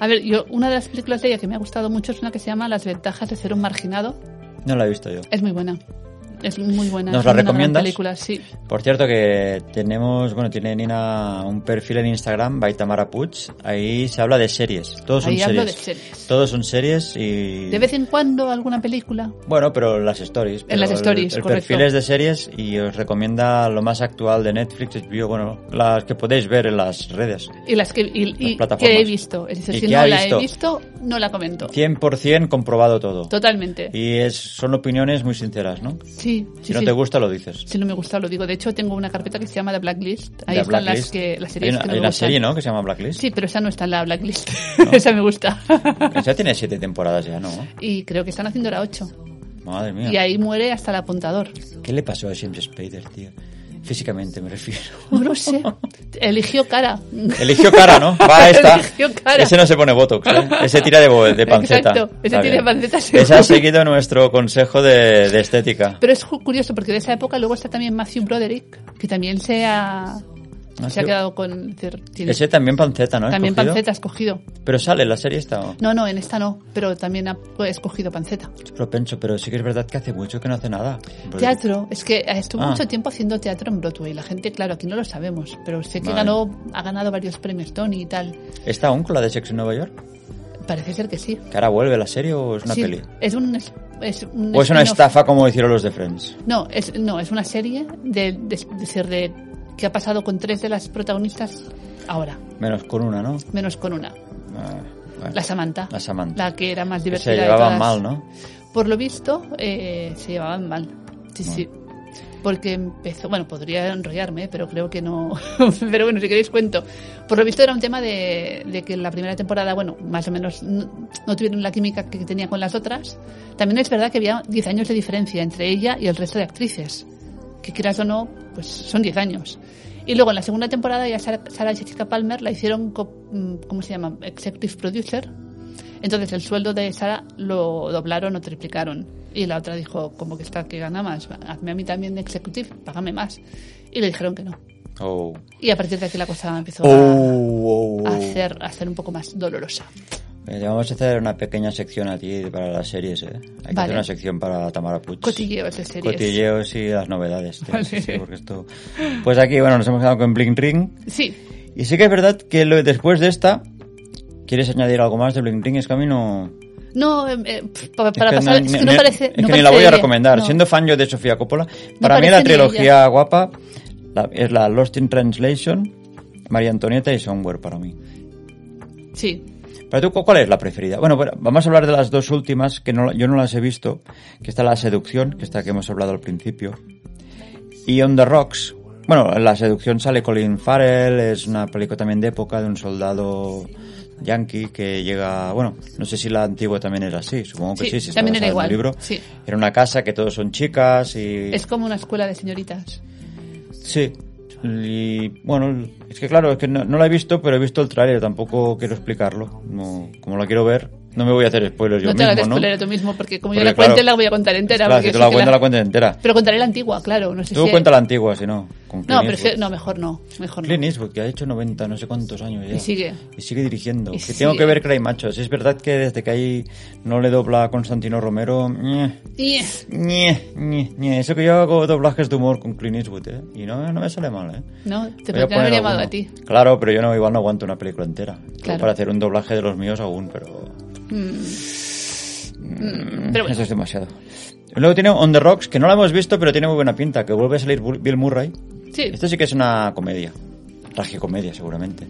Speaker 2: A ver, yo una de las películas de ella que me ha gustado mucho es una que se llama Las ventajas de ser un marginado.
Speaker 1: No la he visto yo.
Speaker 2: Es muy buena. Es muy buena.
Speaker 1: ¿Nos
Speaker 2: es
Speaker 1: la
Speaker 2: una gran
Speaker 1: recomiendas?
Speaker 2: película, sí.
Speaker 1: Por cierto que tenemos, bueno, tiene Nina un perfil en Instagram, Baitamara Puig, ahí se habla de series, todos son
Speaker 2: Ahí hablo
Speaker 1: series.
Speaker 2: de series.
Speaker 1: Todos son series y...
Speaker 2: De vez en cuando alguna película.
Speaker 1: Bueno, pero las stories. pero
Speaker 2: las
Speaker 1: el-
Speaker 2: stories,
Speaker 1: el,
Speaker 2: correcto.
Speaker 1: perfil es de series y os recomienda lo más actual de Netflix, HBO, bueno, las que podéis ver en las redes.
Speaker 2: Y las que, y, y
Speaker 1: plataformas.
Speaker 2: que he visto. Es decir,
Speaker 1: ¿Y
Speaker 2: si
Speaker 1: qué
Speaker 2: no
Speaker 1: ha
Speaker 2: la he
Speaker 1: visto?
Speaker 2: visto, no la comento.
Speaker 1: 100% comprobado todo.
Speaker 2: Totalmente.
Speaker 1: Y es, son opiniones muy sinceras, ¿no?
Speaker 2: Sí, Sí,
Speaker 1: Si
Speaker 2: sí,
Speaker 1: no
Speaker 2: sí.
Speaker 1: te gusta, lo dices.
Speaker 2: Si no me gusta, lo digo. De hecho, tengo una carpeta que se llama The Blacklist. Ahí
Speaker 1: De
Speaker 2: están
Speaker 1: Blacklist.
Speaker 2: las, que, las
Speaker 1: Hay
Speaker 2: series
Speaker 1: una,
Speaker 2: que no
Speaker 1: hay
Speaker 2: me
Speaker 1: una
Speaker 2: gustan.
Speaker 1: serie, ¿no? Que se llama Blacklist.
Speaker 2: Sí, pero esa no está en la Blacklist. esa me gusta.
Speaker 1: Esa tiene siete temporadas ya, ¿no?
Speaker 2: y creo que están haciendo la 8.
Speaker 1: Madre mía.
Speaker 2: Y ahí muere hasta el apuntador.
Speaker 1: ¿Qué le pasó a James Spader, tío? Físicamente me refiero.
Speaker 2: No sé. Eligió cara.
Speaker 1: Eligió cara, ¿no? Va esta.
Speaker 2: Eligió cara.
Speaker 1: Ese no se pone botox, ¿eh? Ese tira de, bo- de panceta.
Speaker 2: Exacto, ese
Speaker 1: Está
Speaker 2: tira de
Speaker 1: bien.
Speaker 2: panceta, seguro.
Speaker 1: Ese ha seguido nuestro consejo de, de estética.
Speaker 2: Pero es ju- curioso porque de esa época luego está también Matthew Broderick, que también se ha, se
Speaker 1: Matthew-
Speaker 2: ha quedado con. es decir, tiene-
Speaker 1: Ese también panceta, ¿no?
Speaker 2: también
Speaker 1: ¿Escogido?
Speaker 2: panceta ha escogido.
Speaker 1: Pero sale en la serie esta. ¿o?
Speaker 2: No, no, en esta no, pero también ha pues, escogido panceta.
Speaker 1: Es propenso, pero sí que es verdad que hace mucho que no hace nada. Porque-
Speaker 2: Teatro, es que estuvo
Speaker 1: Ah.
Speaker 2: mucho tiempo haciendo teatro en Broadway. La gente, claro, aquí no lo sabemos, pero sé que
Speaker 1: Vale.
Speaker 2: ganó, ha ganado varios premios Tony y tal.
Speaker 1: ¿Está aún con la de Sexo en Nueva York?
Speaker 2: Parece ser que sí.
Speaker 1: ¿Que ahora vuelve la serie o es una
Speaker 2: Sí,
Speaker 1: peli?
Speaker 2: Es un, es, es un
Speaker 1: ¿O es una
Speaker 2: spin-off.
Speaker 1: estafa como hicieron los de Friends?
Speaker 2: No, es, no, es una serie de, de, de ser de que ha pasado con tres de las protagonistas ahora,
Speaker 1: Menos con una, ¿no?
Speaker 2: menos con una.
Speaker 1: Ah, bueno.
Speaker 2: La Samantha.
Speaker 1: La Samantha.
Speaker 2: La que era más
Speaker 1: Que
Speaker 2: divertida.
Speaker 1: se
Speaker 2: de
Speaker 1: llevaban
Speaker 2: todas.
Speaker 1: mal, ¿no?
Speaker 2: Por lo visto, eh, se llevaban mal. Sí, sí. Porque empezó, bueno, podría enrollarme, pero creo que no. pero bueno, si queréis cuento. Por lo visto era un tema de, de que en la primera temporada, bueno, más o menos no, no tuvieron la química que tenía con las otras. También es verdad que había 10 años de diferencia entre ella y el resto de actrices. Que quieras o no, pues son 10 años. Y luego en la segunda temporada ya Sara, Sara Jessica Palmer la hicieron, co- mm, ¿cómo se llama? Executive Producer, entonces el sueldo de Sara lo doblaron o triplicaron. Y la otra dijo, como que está que gana más, hazme a mí también de executive, págame más. Y le dijeron que no.
Speaker 1: Oh.
Speaker 2: Y a partir de aquí la cosa empezó a-
Speaker 1: Oh, oh,
Speaker 2: a,
Speaker 1: oh.
Speaker 2: hacer, a hacer un poco más dolorosa.
Speaker 1: Eh, vamos a hacer una pequeña sección a ti para las series, ¿eh? Hay que
Speaker 2: Vale.
Speaker 1: hacer una sección para Tamara Puig.
Speaker 2: Cotilleos de series.
Speaker 1: Cotilleos y las novedades. tío,
Speaker 2: Vale.
Speaker 1: sí, sí, porque esto... Pues aquí, bueno, nos hemos quedado con Blink Ring.
Speaker 2: Sí,
Speaker 1: Y sí que es verdad que lo- después de esta... ¿Quieres añadir algo más de Blink Ring? Es que a mí no...
Speaker 2: no, eh, eh, pf, pa-
Speaker 1: Es
Speaker 2: para
Speaker 1: que
Speaker 2: pasar, es que no parece...
Speaker 1: es
Speaker 2: no
Speaker 1: que ni
Speaker 2: parece
Speaker 1: la voy
Speaker 2: de
Speaker 1: a
Speaker 2: ella,
Speaker 1: recomendar.
Speaker 2: no.
Speaker 1: Siendo fan yo de Sofía Coppola, para mí
Speaker 2: parece
Speaker 1: la
Speaker 2: ni
Speaker 1: trilogía guapa la- es la Lost in Translation, María Antonieta y Somewhere para mí.
Speaker 2: Sí,
Speaker 1: ¿Para tú cu- cuál es la preferida? Bueno, bueno, vamos a hablar de las dos últimas, que no, yo no las he visto, que está La Seducción, que está que hemos hablado al principio, y On the Rocks. Bueno, en La Seducción sale Colin Farrell, es una película también de época de un soldado yankee que llega, bueno, no sé si la antigua también era así, supongo que sí,
Speaker 2: Sí,
Speaker 1: si está
Speaker 2: también era
Speaker 1: basada en un
Speaker 2: igual,
Speaker 1: libro.
Speaker 2: sí.
Speaker 1: Era una casa que todos son chicas y...
Speaker 2: es como una escuela de señoritas.
Speaker 1: Sí. Y bueno, es que claro, es que no, no la he visto, pero he visto el trailer, tampoco quiero explicarlo. No, como la quiero ver, no me voy a hacer spoilers yo
Speaker 2: no te hagas
Speaker 1: mismo, ¿no?
Speaker 2: spoiler a tú mismo, porque como yo
Speaker 1: Porque,
Speaker 2: la cuente
Speaker 1: claro,
Speaker 2: la voy a contar entera.
Speaker 1: claro,
Speaker 2: porque
Speaker 1: si tú
Speaker 2: sí
Speaker 1: la
Speaker 2: que
Speaker 1: cuentas, la cuentas entera.
Speaker 2: Pero contaré la antigua, claro. No sé
Speaker 1: Tú
Speaker 2: si-
Speaker 1: cuenta la antigua, si no. con
Speaker 2: No,
Speaker 1: Clint
Speaker 2: pero es que-
Speaker 1: Eastwood.
Speaker 2: no, mejor no. Mejor no.
Speaker 1: Clint Eastwood, que ha hecho 90, no sé cuántos años ya.
Speaker 2: Y sigue.
Speaker 1: Y sigue dirigiendo.
Speaker 2: Y
Speaker 1: que tengo
Speaker 2: sigue.
Speaker 1: que ver que hay machos. Es verdad que desde que ahí no le dobla a Constantino Romero. ñe,
Speaker 2: Y-
Speaker 1: ñe, ñe, ñe. Eso que yo hago doblajes de humor con Clint Eastwood, ¿eh? Y no, no me sale mal, ¿eh?
Speaker 2: No, te
Speaker 1: Voy a
Speaker 2: podrían haber
Speaker 1: poner
Speaker 2: llamado
Speaker 1: alguno.
Speaker 2: a ti.
Speaker 1: Claro, pero yo no, igual no aguanto una película entera. Yo
Speaker 2: Claro.
Speaker 1: Para hacer un doblaje de los míos aún, pero...
Speaker 2: Pero bueno,
Speaker 1: Eso es demasiado. Luego tiene On the Rocks, que no la hemos visto, pero tiene muy buena pinta, que vuelve a salir Bu- Bill Murray.
Speaker 2: sí,
Speaker 1: Esto sí que es una comedia. Tragicomedia, seguramente.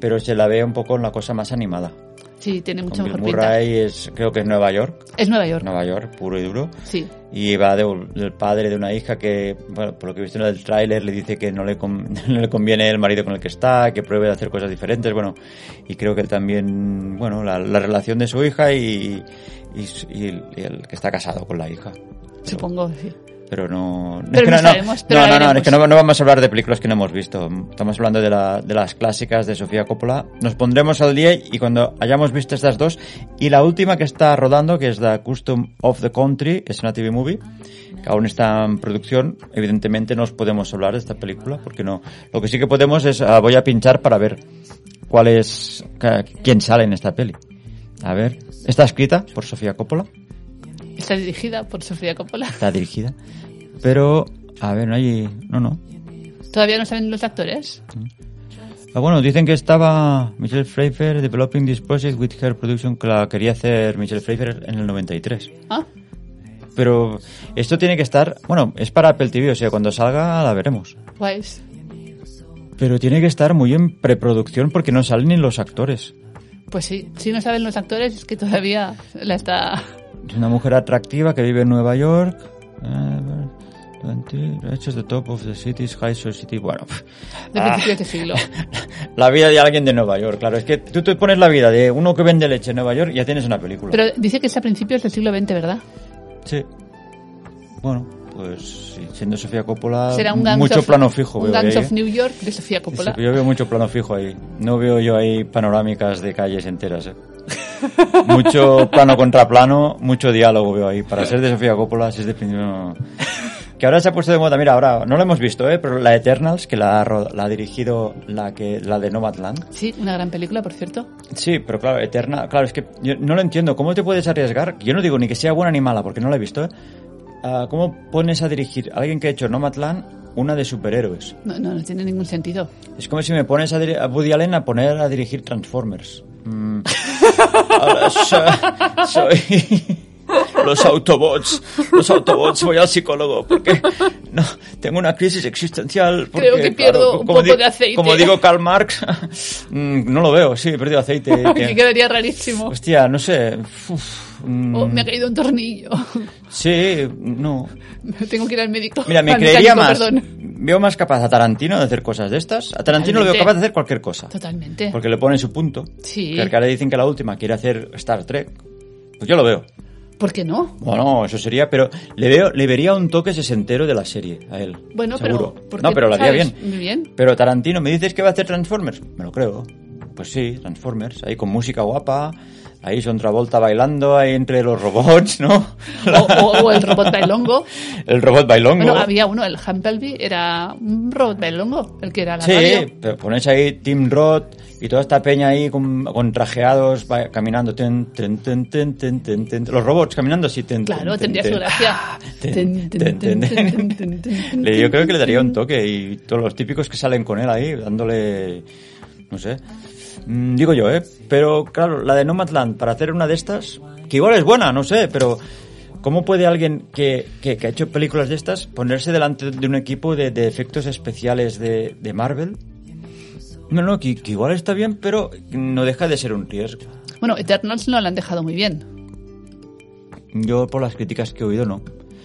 Speaker 1: Pero se la ve un poco en la cosa más animada.
Speaker 2: sí, tiene mucho
Speaker 1: Con Bill
Speaker 2: mejor pinta.
Speaker 1: Murray es, creo que es Nueva York.
Speaker 2: Es Nueva York.
Speaker 1: Nueva York, puro y duro.
Speaker 2: Sí,
Speaker 1: Y va de- del padre de una hija que, bueno, por lo que he visto en el tráiler, le dice que no le, con- no le conviene el marido con el que está, que pruebe de hacer cosas diferentes, bueno, y creo que él también, bueno, la, la relación de su hija y, y, su- y el, y el que está casado con la hija.
Speaker 2: supongo. sí.
Speaker 1: Pero no...
Speaker 2: Pero
Speaker 1: es que
Speaker 2: no sabemos, pero
Speaker 1: no,
Speaker 2: la
Speaker 1: no, no, es
Speaker 2: veremos.
Speaker 1: que no, no vamos a hablar de películas que no hemos visto. Estamos hablando de, la- de las clásicas de Sofía Coppola. Nos pondremos al día y cuando hayamos visto estas dos, y la última que está rodando, que es The Custom of the Country, es una TV movie, que aún está en producción. Evidentemente no os podemos hablar de esta película, porque no. Lo que sí que podemos es, ah, voy a pinchar para ver cuál es, ca- quién sale en esta peli. A ver, está escrita por Sofía Coppola
Speaker 2: Está dirigida por Sofía Coppola.
Speaker 1: está dirigida. Pero, a ver, no hay. No, no.
Speaker 2: Todavía no saben los actores.
Speaker 1: Mm. Ah, bueno, dicen que estaba Michelle Pfeiffer developing this project with her production que la quería hacer Michelle Pfeiffer en el 93.
Speaker 2: Ah,
Speaker 1: Pero esto tiene que estar. Bueno, es para Apple TV, o sea, cuando salga la veremos.
Speaker 2: guays.
Speaker 1: Pero tiene que estar muy en preproducción porque no salen ni los actores.
Speaker 2: Pues sí, si no saben los actores es que todavía la está...
Speaker 1: Es una mujer atractiva que vive en Nueva York. eh, 20 hechos de top of the cities, high society. Bueno, pff.
Speaker 2: de
Speaker 1: Ah.
Speaker 2: principios de siglo.
Speaker 1: la vida de alguien de Nueva York, claro. Es que tú te pones la vida de uno que vende leche en Nueva York y ya tienes una película.
Speaker 2: Pero dice que es a principios del siglo XX, ¿verdad?
Speaker 1: Sí. Bueno, pues sí, siendo Sofía Coppola,
Speaker 2: Será un Gangs
Speaker 1: Ah, mucho
Speaker 2: of,
Speaker 1: plano fijo.
Speaker 2: Un
Speaker 1: veo
Speaker 2: Gangs
Speaker 1: ahí,
Speaker 2: of
Speaker 1: ¿eh?
Speaker 2: New York de Sofía Coppola.
Speaker 1: Sí, yo veo mucho plano fijo ahí. No veo yo ahí panorámicas de calles enteras. ¿eh? mucho plano contra plano, mucho diálogo veo ahí. Para ser de Sofía Coppola, si es de primero- Que ahora se ha puesto de moda, mira, ahora no lo hemos visto, ¿eh? pero la Eternals, que la ha, ro- la ha dirigido la, que, la de Nomadland.
Speaker 2: Sí, una gran película, por cierto.
Speaker 1: Sí, pero claro, Eterna, claro, es que yo no lo entiendo. ¿Cómo te puedes arriesgar? Yo no digo ni que sea buena ni mala, porque no la he visto. ¿eh? Ah, ¿Cómo pones a dirigir a alguien que ha hecho Nomadland una de superhéroes?
Speaker 2: No, no, no tiene ningún sentido.
Speaker 1: Es como si me pones a, diri- a Woody Allen a poner a dirigir Transformers. Mm. Ahora so- soy... Los Autobots, los Autobots, voy al psicólogo porque no tengo una crisis existencial. Porque,
Speaker 2: Creo que pierdo
Speaker 1: claro,
Speaker 2: un
Speaker 1: como
Speaker 2: poco
Speaker 1: di-
Speaker 2: de aceite.
Speaker 1: Como digo Karl Marx, mm, no lo veo, sí, he perdido aceite.
Speaker 2: Que quedaría rarísimo.
Speaker 1: Hostia, no sé. uf, Pues, mm,
Speaker 2: Oh, me ha caído un tornillo.
Speaker 1: Sí, no.
Speaker 2: Tengo que ir al médico.
Speaker 1: Mira, me
Speaker 2: Al
Speaker 1: creería
Speaker 2: mecánico,
Speaker 1: más.
Speaker 2: perdón.
Speaker 1: Veo más capaz a Tarantino de hacer cosas de estas. A Tarantino lo veo
Speaker 2: Totalmente.
Speaker 1: capaz de hacer cualquier cosa.
Speaker 2: Totalmente.
Speaker 1: Porque le pone su punto.
Speaker 2: Sí.
Speaker 1: Porque ahora dicen que la última quiere hacer Star Trek. Pues yo lo veo.
Speaker 2: ¿Por qué no?
Speaker 1: Bueno, eso sería, pero le veo, le vería un toque sesentero de la serie a él.
Speaker 2: Bueno,
Speaker 1: seguro.
Speaker 2: pero... ¿por
Speaker 1: no,
Speaker 2: qué
Speaker 1: pero lo haría
Speaker 2: sabes?
Speaker 1: bien.
Speaker 2: Muy bien.
Speaker 1: Pero Tarantino, ¿me dices que va a hacer Transformers? Me lo creo. Pues sí, Transformers, ahí con música guapa, ahí son Travolta bailando, ahí entre los robots, ¿no?
Speaker 2: O, o- o el robot bailongo.
Speaker 1: El robot bailongo.
Speaker 2: Bueno, había uno, el Humplebee, era un robot bailongo, el que era la
Speaker 1: Sí,
Speaker 2: radio.
Speaker 1: pero pones ahí Tim Roth y toda esta peña ahí con, con trajeados va- caminando. ten, ten, ten, ten, ten, ten, ten. Los robots caminando así. ten, ten,
Speaker 2: Claro,
Speaker 1: ten,
Speaker 2: tendría
Speaker 1: ten. ah,
Speaker 2: su gracia.
Speaker 1: Ten, ten, ten, ten, ten, ten. Le- Yo creo que le daría un toque y todos los típicos que salen con él ahí, dándole, no sé, Mm, digo yo, ¿eh? Pero claro, la de Nomadland, para hacer una de estas, que igual es buena, no sé, pero ¿cómo puede alguien que, que- que ha hecho películas de estas ponerse delante de un equipo de, de efectos especiales de, de Marvel? No, no, que, que igual está bien, pero no deja de ser un riesgo.
Speaker 2: Bueno, Eternals no la han dejado muy bien,
Speaker 1: Yo por las críticas que he oído, no.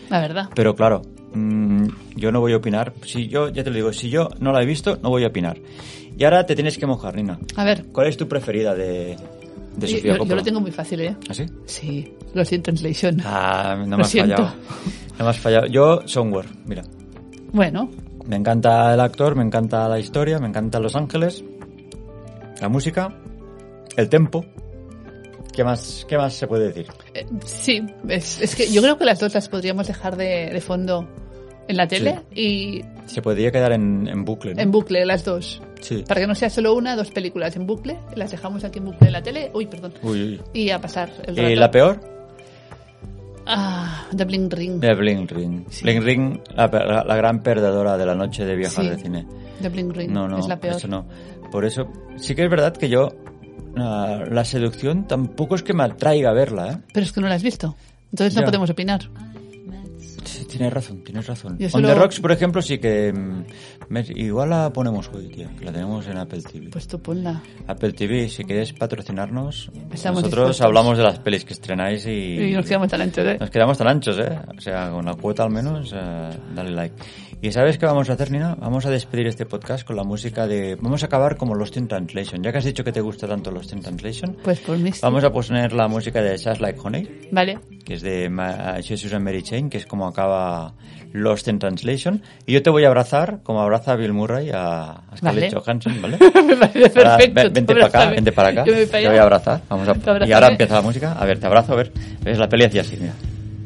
Speaker 2: la verdad.
Speaker 1: Pero claro, mm, yo no voy a opinar. Si yo, ya te lo digo, si yo no la he visto, no voy a opinar. Y ahora te tienes que mojar, Nina.
Speaker 2: A ver,
Speaker 1: ¿Cuál es tu preferida de, de
Speaker 2: yo,
Speaker 1: Sofía
Speaker 2: yo- yo
Speaker 1: Coppola?
Speaker 2: lo tengo muy fácil, ¿eh?
Speaker 1: ¿Ah, sí?
Speaker 2: Sí, lo siento, Translation.
Speaker 1: Ah, no
Speaker 2: Lo
Speaker 1: me has
Speaker 2: siento.
Speaker 1: fallado. No me has fallado. Yo, Somewhere, mira.
Speaker 2: Bueno,
Speaker 1: Me encanta el actor, me encanta la historia, me encanta Los Ángeles, la música, el tempo. ¿Qué más, qué más se puede decir?
Speaker 2: eh, sí, es, es que yo creo que las dos las podríamos dejar de, de fondo en la tele
Speaker 1: Se podría quedar en, en bucle,
Speaker 2: y
Speaker 1: ¿no?
Speaker 2: en bucle, las dos.
Speaker 1: Sí.
Speaker 2: Para que no sea solo una, dos películas en bucle, las dejamos aquí en bucle en la tele. Uy, perdón.
Speaker 1: Uy, uy.
Speaker 2: Y a pasar el rato.
Speaker 1: ¿Y la peor?
Speaker 2: Ah, The Bling Ring.
Speaker 1: De Bling Ring.
Speaker 2: Sí.
Speaker 1: Bling Ring, la, per- la- la gran perdedora de la noche de viejas
Speaker 2: Sí.
Speaker 1: de cine.
Speaker 2: The Bling Ring.
Speaker 1: No, no,
Speaker 2: es la peor.
Speaker 1: eso no. Por eso, sí que es verdad que yo, ah, la seducción tampoco es que me atraiga a verla, ¿eh?
Speaker 2: Pero es que no la has visto. Entonces
Speaker 1: Ya.
Speaker 2: no podemos opinar.
Speaker 1: Sí, tienes razón, tienes razón.
Speaker 2: Yo
Speaker 1: On the
Speaker 2: solo-
Speaker 1: Rocks, por ejemplo, sí que... mm, me- igual la ponemos hoy, tía. que La tenemos en Apple TV.
Speaker 2: Pues tú ponla.
Speaker 1: Apple TV, si queréis patrocinarnos, nosotros
Speaker 2: Estamos dispuestos.
Speaker 1: hablamos de las pelis que estrenáis y...
Speaker 2: Y nos quedamos tan anchos, ¿eh?
Speaker 1: Nos quedamos tan anchos, ¿eh? O sea, con la cuota al menos, eh, dale like. ¿Y sabes qué vamos a hacer, Nina? Vamos a despedir este podcast con la música de... Vamos a acabar como Lost in Translation. Ya que has dicho que te gusta tanto Lost in Translation,
Speaker 2: Pues por mí. sí.
Speaker 1: vamos a poner la música de Just Like Honey,
Speaker 2: Vale.
Speaker 1: que es de Ma- eh, Jesus and Mary Chain, que es como acaba Lost in Translation. Y yo te voy a abrazar, como abraza a Bill Murray a a Scarlett
Speaker 2: Vale.
Speaker 1: Johansson, ¿vale?
Speaker 2: Me parece
Speaker 1: Ahora,
Speaker 2: perfecto.
Speaker 1: ven- vente
Speaker 2: Tú
Speaker 1: para acá,
Speaker 2: abrázame.
Speaker 1: vente para acá.
Speaker 2: Yo me
Speaker 1: Te voy a abrazar. Vamos
Speaker 2: Tú
Speaker 1: a...
Speaker 2: abrázame.
Speaker 1: Y ahora empieza la música. A ver, te abrazo, a ver. ¿Ves la peli hacía así, mira.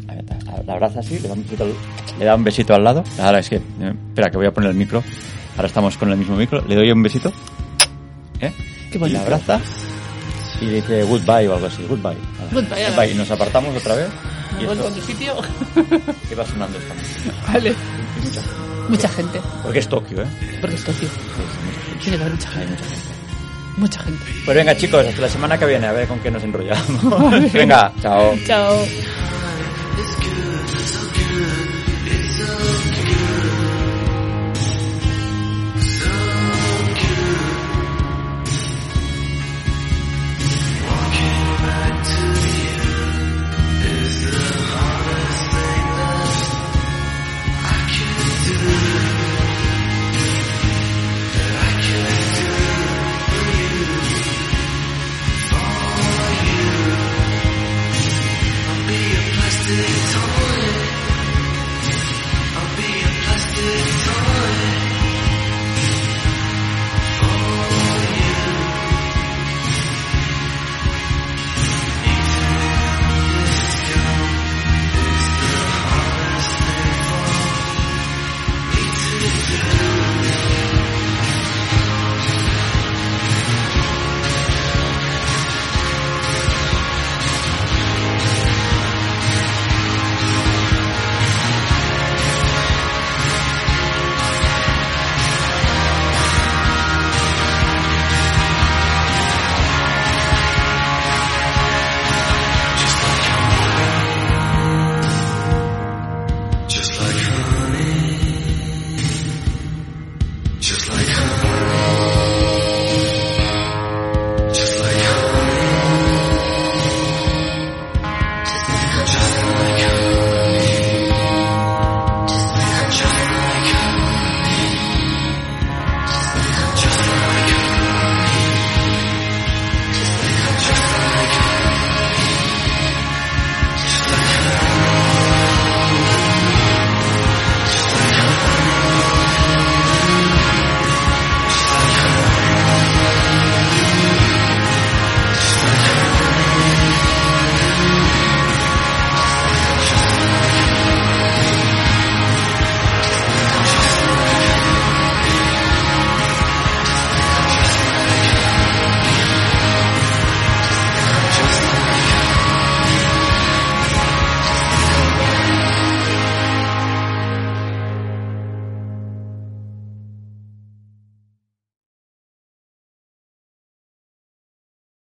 Speaker 1: A ver, te- la abraza así, le da, un besito al, le da un besito al lado. Ahora es que... eh, espera, que voy a poner el micro. Ahora estamos con el mismo micro. Le doy un besito. ¿Eh?
Speaker 2: Qué bonito.
Speaker 1: La abraza. Y dice goodbye o algo así. Goodbye. Ahora,
Speaker 2: Goodbye, ahora. Ah,
Speaker 1: Y nos apartamos otra vez.
Speaker 2: Me
Speaker 1: Y
Speaker 2: vuelvo
Speaker 1: esto,
Speaker 2: a mi sitio.
Speaker 1: ¿qué va sonando esto?
Speaker 2: vale. Mucha gente.
Speaker 1: Porque es Tokio, ¿eh?
Speaker 2: Porque es Tokio. Tiene que haber mucha
Speaker 1: Hay
Speaker 2: gente.
Speaker 1: mucha gente.
Speaker 2: Mucha gente.
Speaker 1: Pues venga, chicos, hasta la semana que viene. A ver con qué nos enrollamos. venga, chao.
Speaker 2: Chao.
Speaker 3: Walking back to the